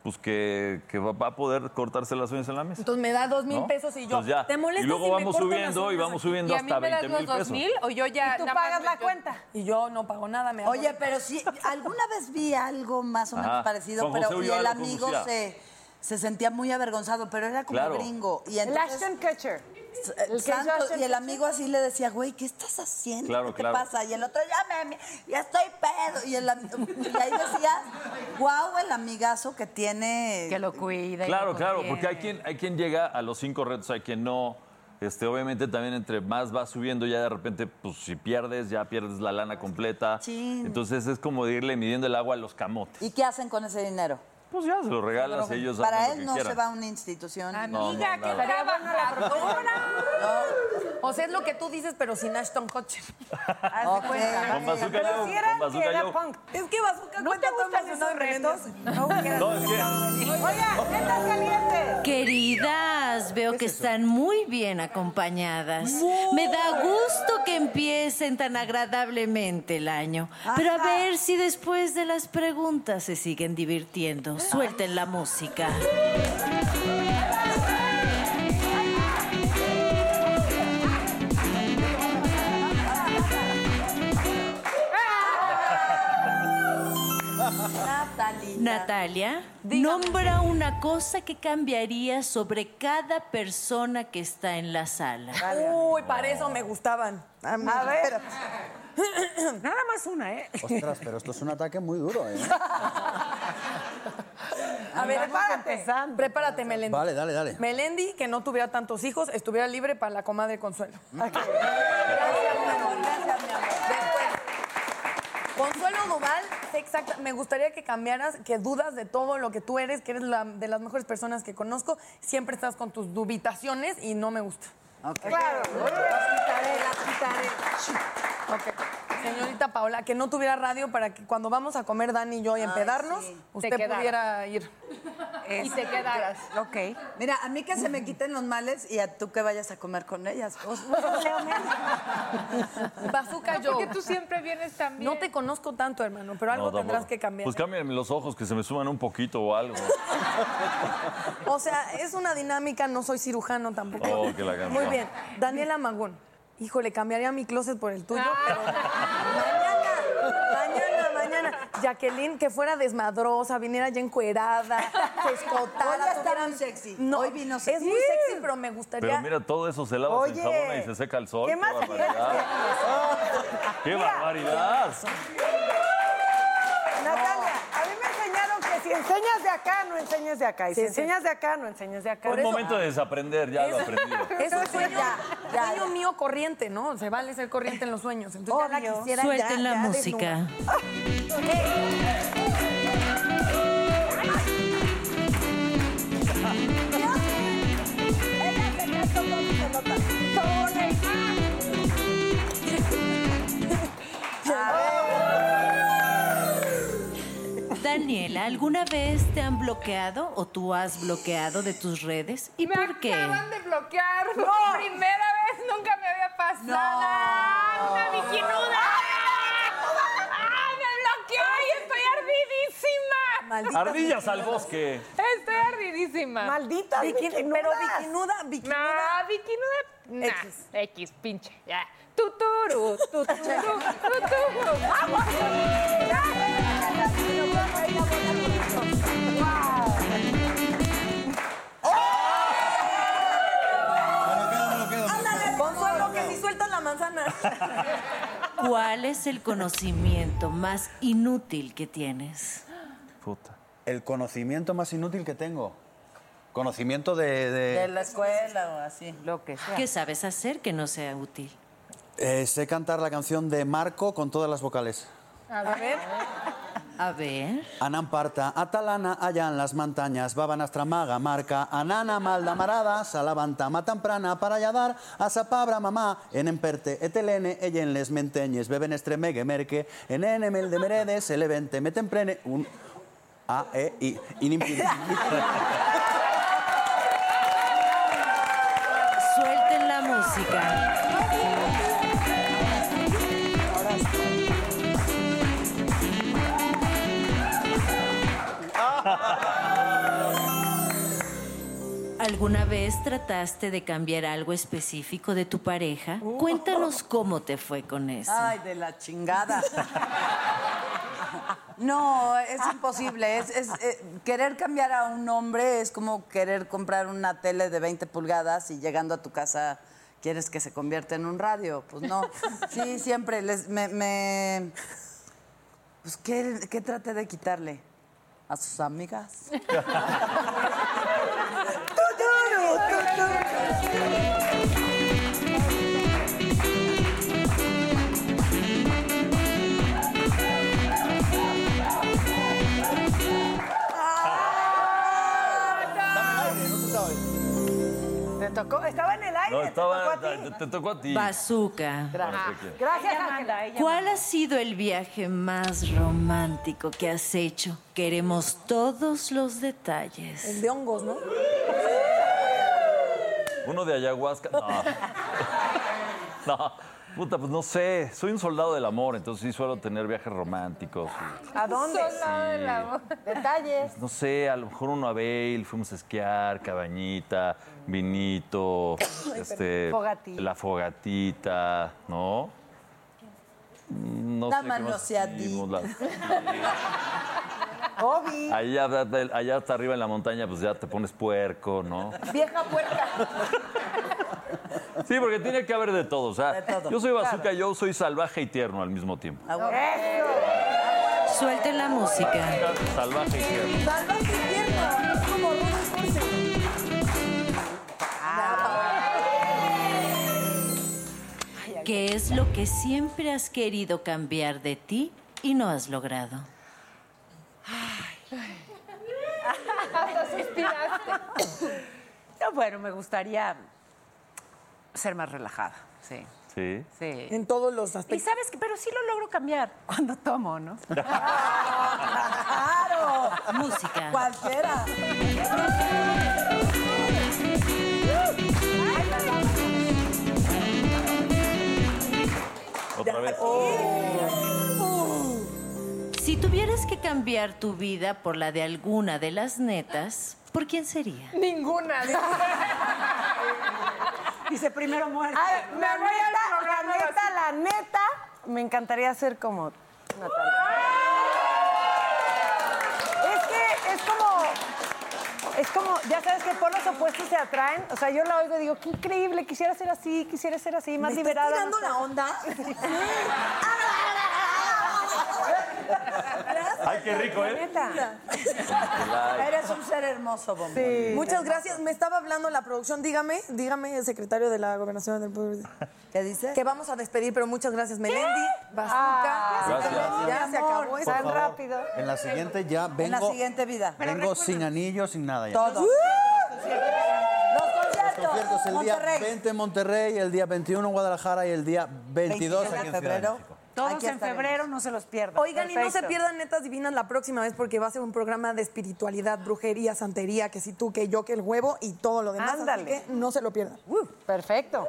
[SPEAKER 11] pues que, que va va a poder cortarse las uñas en la mesa.
[SPEAKER 3] Entonces me da dos mil
[SPEAKER 11] ¿No?
[SPEAKER 3] pesos y yo.
[SPEAKER 11] Entonces ya.
[SPEAKER 3] ¿Te molesta
[SPEAKER 11] Y luego
[SPEAKER 3] si me
[SPEAKER 11] vamos
[SPEAKER 3] corto
[SPEAKER 11] subiendo
[SPEAKER 3] las
[SPEAKER 11] y
[SPEAKER 3] uñas
[SPEAKER 11] vamos
[SPEAKER 3] aquí?
[SPEAKER 11] subiendo ¿Y a mí hasta me das 20,000 los pesos. 2,000
[SPEAKER 6] o yo ya
[SPEAKER 3] ¿Y tú
[SPEAKER 6] nada más
[SPEAKER 3] pagas
[SPEAKER 6] me-
[SPEAKER 3] la
[SPEAKER 6] yo-
[SPEAKER 3] cuenta? Y yo no pago nada, me
[SPEAKER 5] Oye, pero sí, alguna vez vi algo más o menos
[SPEAKER 11] Ajá.
[SPEAKER 5] parecido,
[SPEAKER 11] Juan
[SPEAKER 5] pero
[SPEAKER 11] José
[SPEAKER 5] y
[SPEAKER 11] Ulloa
[SPEAKER 5] el
[SPEAKER 11] lo
[SPEAKER 5] amigo
[SPEAKER 11] conducía.
[SPEAKER 5] se, se sentía muy avergonzado, pero era como
[SPEAKER 11] Claro.
[SPEAKER 5] gringo. Y
[SPEAKER 12] El
[SPEAKER 5] entonces,
[SPEAKER 12] Ashton Kutcher.
[SPEAKER 5] eh,
[SPEAKER 12] el que
[SPEAKER 5] santo,
[SPEAKER 12] hizo Ashton
[SPEAKER 5] y el
[SPEAKER 12] Kutcher.
[SPEAKER 5] amigo así le decía, güey, ¿qué estás haciendo?
[SPEAKER 11] Claro,
[SPEAKER 5] ¿Qué te
[SPEAKER 11] claro.
[SPEAKER 5] pasa? Y el otro, ya, me, ya estoy pedo. Y, el, am- y ahí decías, wow, el amigazo que tiene...
[SPEAKER 7] Que lo cuida. y
[SPEAKER 11] Claro,
[SPEAKER 7] lo
[SPEAKER 3] pues,
[SPEAKER 11] claro,
[SPEAKER 7] contiene.
[SPEAKER 11] porque hay quien, hay quien llega a los cinco retos, hay quien no. Este, obviamente también entre más vas subiendo, ya de repente, pues si pierdes, ya pierdes la lana completa.
[SPEAKER 5] Chin.
[SPEAKER 11] Entonces es como de irle midiendo el agua a los camotes.
[SPEAKER 5] ¿Y qué hacen con ese dinero?
[SPEAKER 11] Pues ya se lo regalas, ellos
[SPEAKER 5] Para
[SPEAKER 11] hacen
[SPEAKER 5] él
[SPEAKER 11] lo que
[SPEAKER 5] no se
[SPEAKER 11] quieran.
[SPEAKER 5] va a una institución.
[SPEAKER 11] No, no,
[SPEAKER 3] Amiga, qué
[SPEAKER 11] nada.
[SPEAKER 3] trabajadora. pues, O sea, es lo que tú dices, pero sin Ashton Kutcher. Haz de cuenta.
[SPEAKER 11] Con Bazooka
[SPEAKER 3] Pero
[SPEAKER 11] Joe,
[SPEAKER 3] si era-
[SPEAKER 11] con Bazooka
[SPEAKER 3] si era
[SPEAKER 11] Joe.
[SPEAKER 3] punk. Es que Bazooka ¿No te gustan esos retos? No,
[SPEAKER 11] No, es que-
[SPEAKER 3] Oiga, ¿qué estás caliente?
[SPEAKER 2] Queridas, veo que están muy bien acompañadas. Me da gusto que empiecen tan agradablemente el año. Pero a ver si después de las preguntas se siguen divirtiendo. Suelten la música. Natalia, nombra una cosa que cambiaría sobre cada persona que está en la sala.
[SPEAKER 13] Uy, para eso me gustaban. A, mí-
[SPEAKER 12] A ver.
[SPEAKER 13] espérate.
[SPEAKER 12] Nada más una, ¿eh?
[SPEAKER 10] Ostras, pero esto es un ataque muy duro, ¿eh?
[SPEAKER 3] A ver, prepárate. Prepárate, Melendi.
[SPEAKER 10] Vale, dale, dale.
[SPEAKER 3] Melendi, que no tuviera tantos hijos, estuviera libre para la comadre Consuelo. Consuelo Duval, sé exacta. Me gustaría que cambiaras, que dudas de todo lo que tú eres, que eres la- de las mejores personas que conozco. Siempre estás con tus dubitaciones y no me gusta. Claro. Las quitaré, las quitaré. Ok. Señorita Paola, que no tuviera radio para que cuando vamos a comer Dani y yo y empedarnos,
[SPEAKER 5] sí.
[SPEAKER 3] usted
[SPEAKER 5] Te quedaras.
[SPEAKER 3] pudiera ir.
[SPEAKER 5] Es-
[SPEAKER 3] te quedaras.
[SPEAKER 5] Ok. Mira, a mí que se me quiten los males y a tú que vayas a comer con ellas. Pues, Os-
[SPEAKER 3] Bazooka yo.
[SPEAKER 6] Porque tú siempre vienes también.
[SPEAKER 3] No te conozco tanto, hermano, pero algo
[SPEAKER 11] No, tampoco.
[SPEAKER 3] tendrás que cambiar.
[SPEAKER 11] Pues cámbiame los ojos, que se me suban un poquito o algo.
[SPEAKER 3] O sea, es una dinámica, no soy cirujano tampoco.
[SPEAKER 11] Oh, que la gran-
[SPEAKER 3] Muy bien. Daniela Magón. Híjole, cambiaría mi closet por el tuyo, pero
[SPEAKER 5] Ah.
[SPEAKER 3] mañana, mañana, mañana. Jacqueline, que fuera desmadrosa, viniera ya encuerada,
[SPEAKER 5] Hoy
[SPEAKER 3] se
[SPEAKER 5] ya
[SPEAKER 3] escotara.
[SPEAKER 5] está
[SPEAKER 3] tuviera-
[SPEAKER 5] muy sexy.
[SPEAKER 3] No,
[SPEAKER 5] Hoy vino
[SPEAKER 3] Es muy sexy, pero me gustaría...
[SPEAKER 11] Pero mira, todo eso se lava, se
[SPEAKER 3] Oye,
[SPEAKER 11] enjabona y se seca el sol.
[SPEAKER 3] ¿qué más
[SPEAKER 11] barbaridad! ¡Qué barbaridad!
[SPEAKER 3] Natalia,
[SPEAKER 12] a mí me enseñaron que si enseñas de acá, no enseñes de acá. Y si enseñas de acá, no enseñes de acá.
[SPEAKER 11] Un momento de desaprender, ya lo aprendí.
[SPEAKER 3] Es un sueño, sueño mío corriente, ¿no? Se vale ser corriente en los sueños. Entonces ya la quisiera ya-
[SPEAKER 2] Suelten la
[SPEAKER 3] ya
[SPEAKER 2] música.
[SPEAKER 12] Daniela,
[SPEAKER 2] ¿alguna vez te han bloqueado o tú has bloqueado de tus redes? ¿Y por qué?
[SPEAKER 6] Acaban de bloquear. por
[SPEAKER 2] No.
[SPEAKER 6] Primera vez, nunca me había pasado. ¡Ay, ¡Una bikinuda! ¡Ay, me bloqueó y estoy ardidísima!
[SPEAKER 11] Ardillas al bosque.
[SPEAKER 6] Estoy ardidísima.
[SPEAKER 3] Malditas Bikini- bikinudas. pero bikinuda, bikinuda.
[SPEAKER 6] No, bikinuda. nah, X. pinche. Ya. Tuturu, tuturu, tuturu. ¡Vamos!
[SPEAKER 3] Consuelo, que si sueltas la manzana.
[SPEAKER 2] ¿Cuál es el conocimiento más inútil que tienes?
[SPEAKER 11] Puta.
[SPEAKER 10] El conocimiento más inútil que tengo. Conocimiento de... de-
[SPEAKER 5] De la escuela o así.
[SPEAKER 12] Lo que sea.
[SPEAKER 2] ¿Qué sabes hacer que no sea útil?
[SPEAKER 10] Eh, sé cantar la canción de Marco con todas las vocales.
[SPEAKER 3] A ver.
[SPEAKER 2] A ver.
[SPEAKER 10] Anán parta, atalana, allá en las montañas, babanas tramaga, marca, anana, malda, marada, salavanta, matamprana, para yadar, asapabra, mamá, en emperte, etelene, ellen les menteñes, beben estremegue, merque, en enemel de meredes, elevente, metemprene, un... A, E, I, inimpide.
[SPEAKER 2] Suelten la música. ¿Alguna vez trataste de cambiar algo específico de tu pareja?
[SPEAKER 5] Uh.
[SPEAKER 2] Cuéntanos cómo te fue con eso.
[SPEAKER 5] Ay, de la chingada. No, es imposible. Es, es, eh, querer cambiar a un hombre es como querer comprar una tele de 20 pulgadas y llegando a tu casa quieres que se convierta en un radio. Pues no. Sí, siempre les, me, me- Pues, ¿qué, qué traté de quitarle? ¿A sus amigas?
[SPEAKER 12] Ah,
[SPEAKER 11] estaba. Te, te tocó a ti.
[SPEAKER 2] Bazooka.
[SPEAKER 4] Ah.
[SPEAKER 11] Bueno, ¿qué quieres?
[SPEAKER 4] Gracias, Amanda.
[SPEAKER 2] ¿Cuál ha sido el viaje más romántico que has hecho? Queremos todos los detalles.
[SPEAKER 3] El de hongos, ¿no?
[SPEAKER 11] Uno de ayahuasca. No. no. Puta, pues no sé. Soy un soldado del amor, entonces sí suelo tener viajes románticos. y-
[SPEAKER 4] ¿A dónde?
[SPEAKER 11] Sí. del amor.
[SPEAKER 4] Detalles.
[SPEAKER 11] No sé, a lo mejor uno a Bale, fuimos a esquiar, cabañita, vinito, este,
[SPEAKER 4] Fogatita.
[SPEAKER 11] la fogatita, ¿no? Mm, No
[SPEAKER 5] La
[SPEAKER 11] sé qué más
[SPEAKER 5] manoseadita.
[SPEAKER 11] hicimos, la-
[SPEAKER 4] Obi.
[SPEAKER 11] Allá, allá hasta arriba en la montaña, pues ya te pones puerco, ¿no?
[SPEAKER 4] Vieja puerta.
[SPEAKER 11] Sí, porque tiene que haber de todo. O sea,
[SPEAKER 4] todo,
[SPEAKER 11] yo soy bazooka, yo soy salvaje y tierno al mismo tiempo.
[SPEAKER 2] Suelten la música.
[SPEAKER 11] Salvaje y tierno.
[SPEAKER 2] ¿Qué es lo que siempre has querido cambiar de ti y no has logrado?
[SPEAKER 4] Hasta suspiraste.
[SPEAKER 7] No, bueno, me gustaría ser más relajada, sí.
[SPEAKER 11] Sí.
[SPEAKER 7] Sí.
[SPEAKER 3] En todos los aspectos.
[SPEAKER 7] Y sabes que, pero sí lo logro cambiar cuando tomo, ¿no?
[SPEAKER 3] ¡Claro!
[SPEAKER 2] Música.
[SPEAKER 3] Cualquiera.
[SPEAKER 11] Otra vez.
[SPEAKER 2] Si tuvieras que cambiar tu vida por la de alguna de las netas, ¿por quién sería?
[SPEAKER 4] Ninguna.
[SPEAKER 7] Dice primero
[SPEAKER 4] Ah,
[SPEAKER 7] muerto.
[SPEAKER 4] me voy al
[SPEAKER 7] la
[SPEAKER 4] programa.
[SPEAKER 7] neta, la neta, me encantaría ser como Natalia.
[SPEAKER 4] Es que es como. Es como, ya sabes que por los opuestos se atraen. O sea, yo la oigo y digo, qué increíble, quisiera ser así, quisiera ser así, más
[SPEAKER 3] ¿Me
[SPEAKER 4] liberada.
[SPEAKER 3] estás tirando la onda?
[SPEAKER 11] Ay, qué rico, ¿eh?
[SPEAKER 5] Eres un ser hermoso, Bombón.
[SPEAKER 3] Muchas gracias. Me estaba hablando la producción. Dígame, dígame, secretario de la Gobernación del Pueblo.
[SPEAKER 5] ¿Qué dice?
[SPEAKER 3] Que vamos a despedir, pero muchas gracias, Melendi, Bazooka.
[SPEAKER 10] Gracias.
[SPEAKER 3] Ya se acabó esto.
[SPEAKER 10] Por favor, En la siguiente ya vengo.
[SPEAKER 5] En la siguiente vida.
[SPEAKER 10] Vengo sin anillo, sin nada ya.
[SPEAKER 5] Todo. Los conciertos.
[SPEAKER 10] Los conciertos el día
[SPEAKER 5] Monterrey.
[SPEAKER 10] 20 en Monterrey, el día 21 en Guadalajara y el día 22
[SPEAKER 5] 22
[SPEAKER 10] aquí en
[SPEAKER 5] de
[SPEAKER 10] Ciudad de
[SPEAKER 5] febrero.
[SPEAKER 10] México.
[SPEAKER 7] Todos
[SPEAKER 3] Aquí
[SPEAKER 7] en
[SPEAKER 3] estaremos.
[SPEAKER 7] febrero, no se los pierdan.
[SPEAKER 3] Oigan, y no se
[SPEAKER 7] Perfecto.
[SPEAKER 3] pierdan netas divinas la próxima vez porque va a ser un programa de espiritualidad, brujería, santería, que si tú, que yo, que el huevo y todo lo demás. Así
[SPEAKER 4] Ándale.
[SPEAKER 3] que no se lo pierdan.
[SPEAKER 4] Perfecto.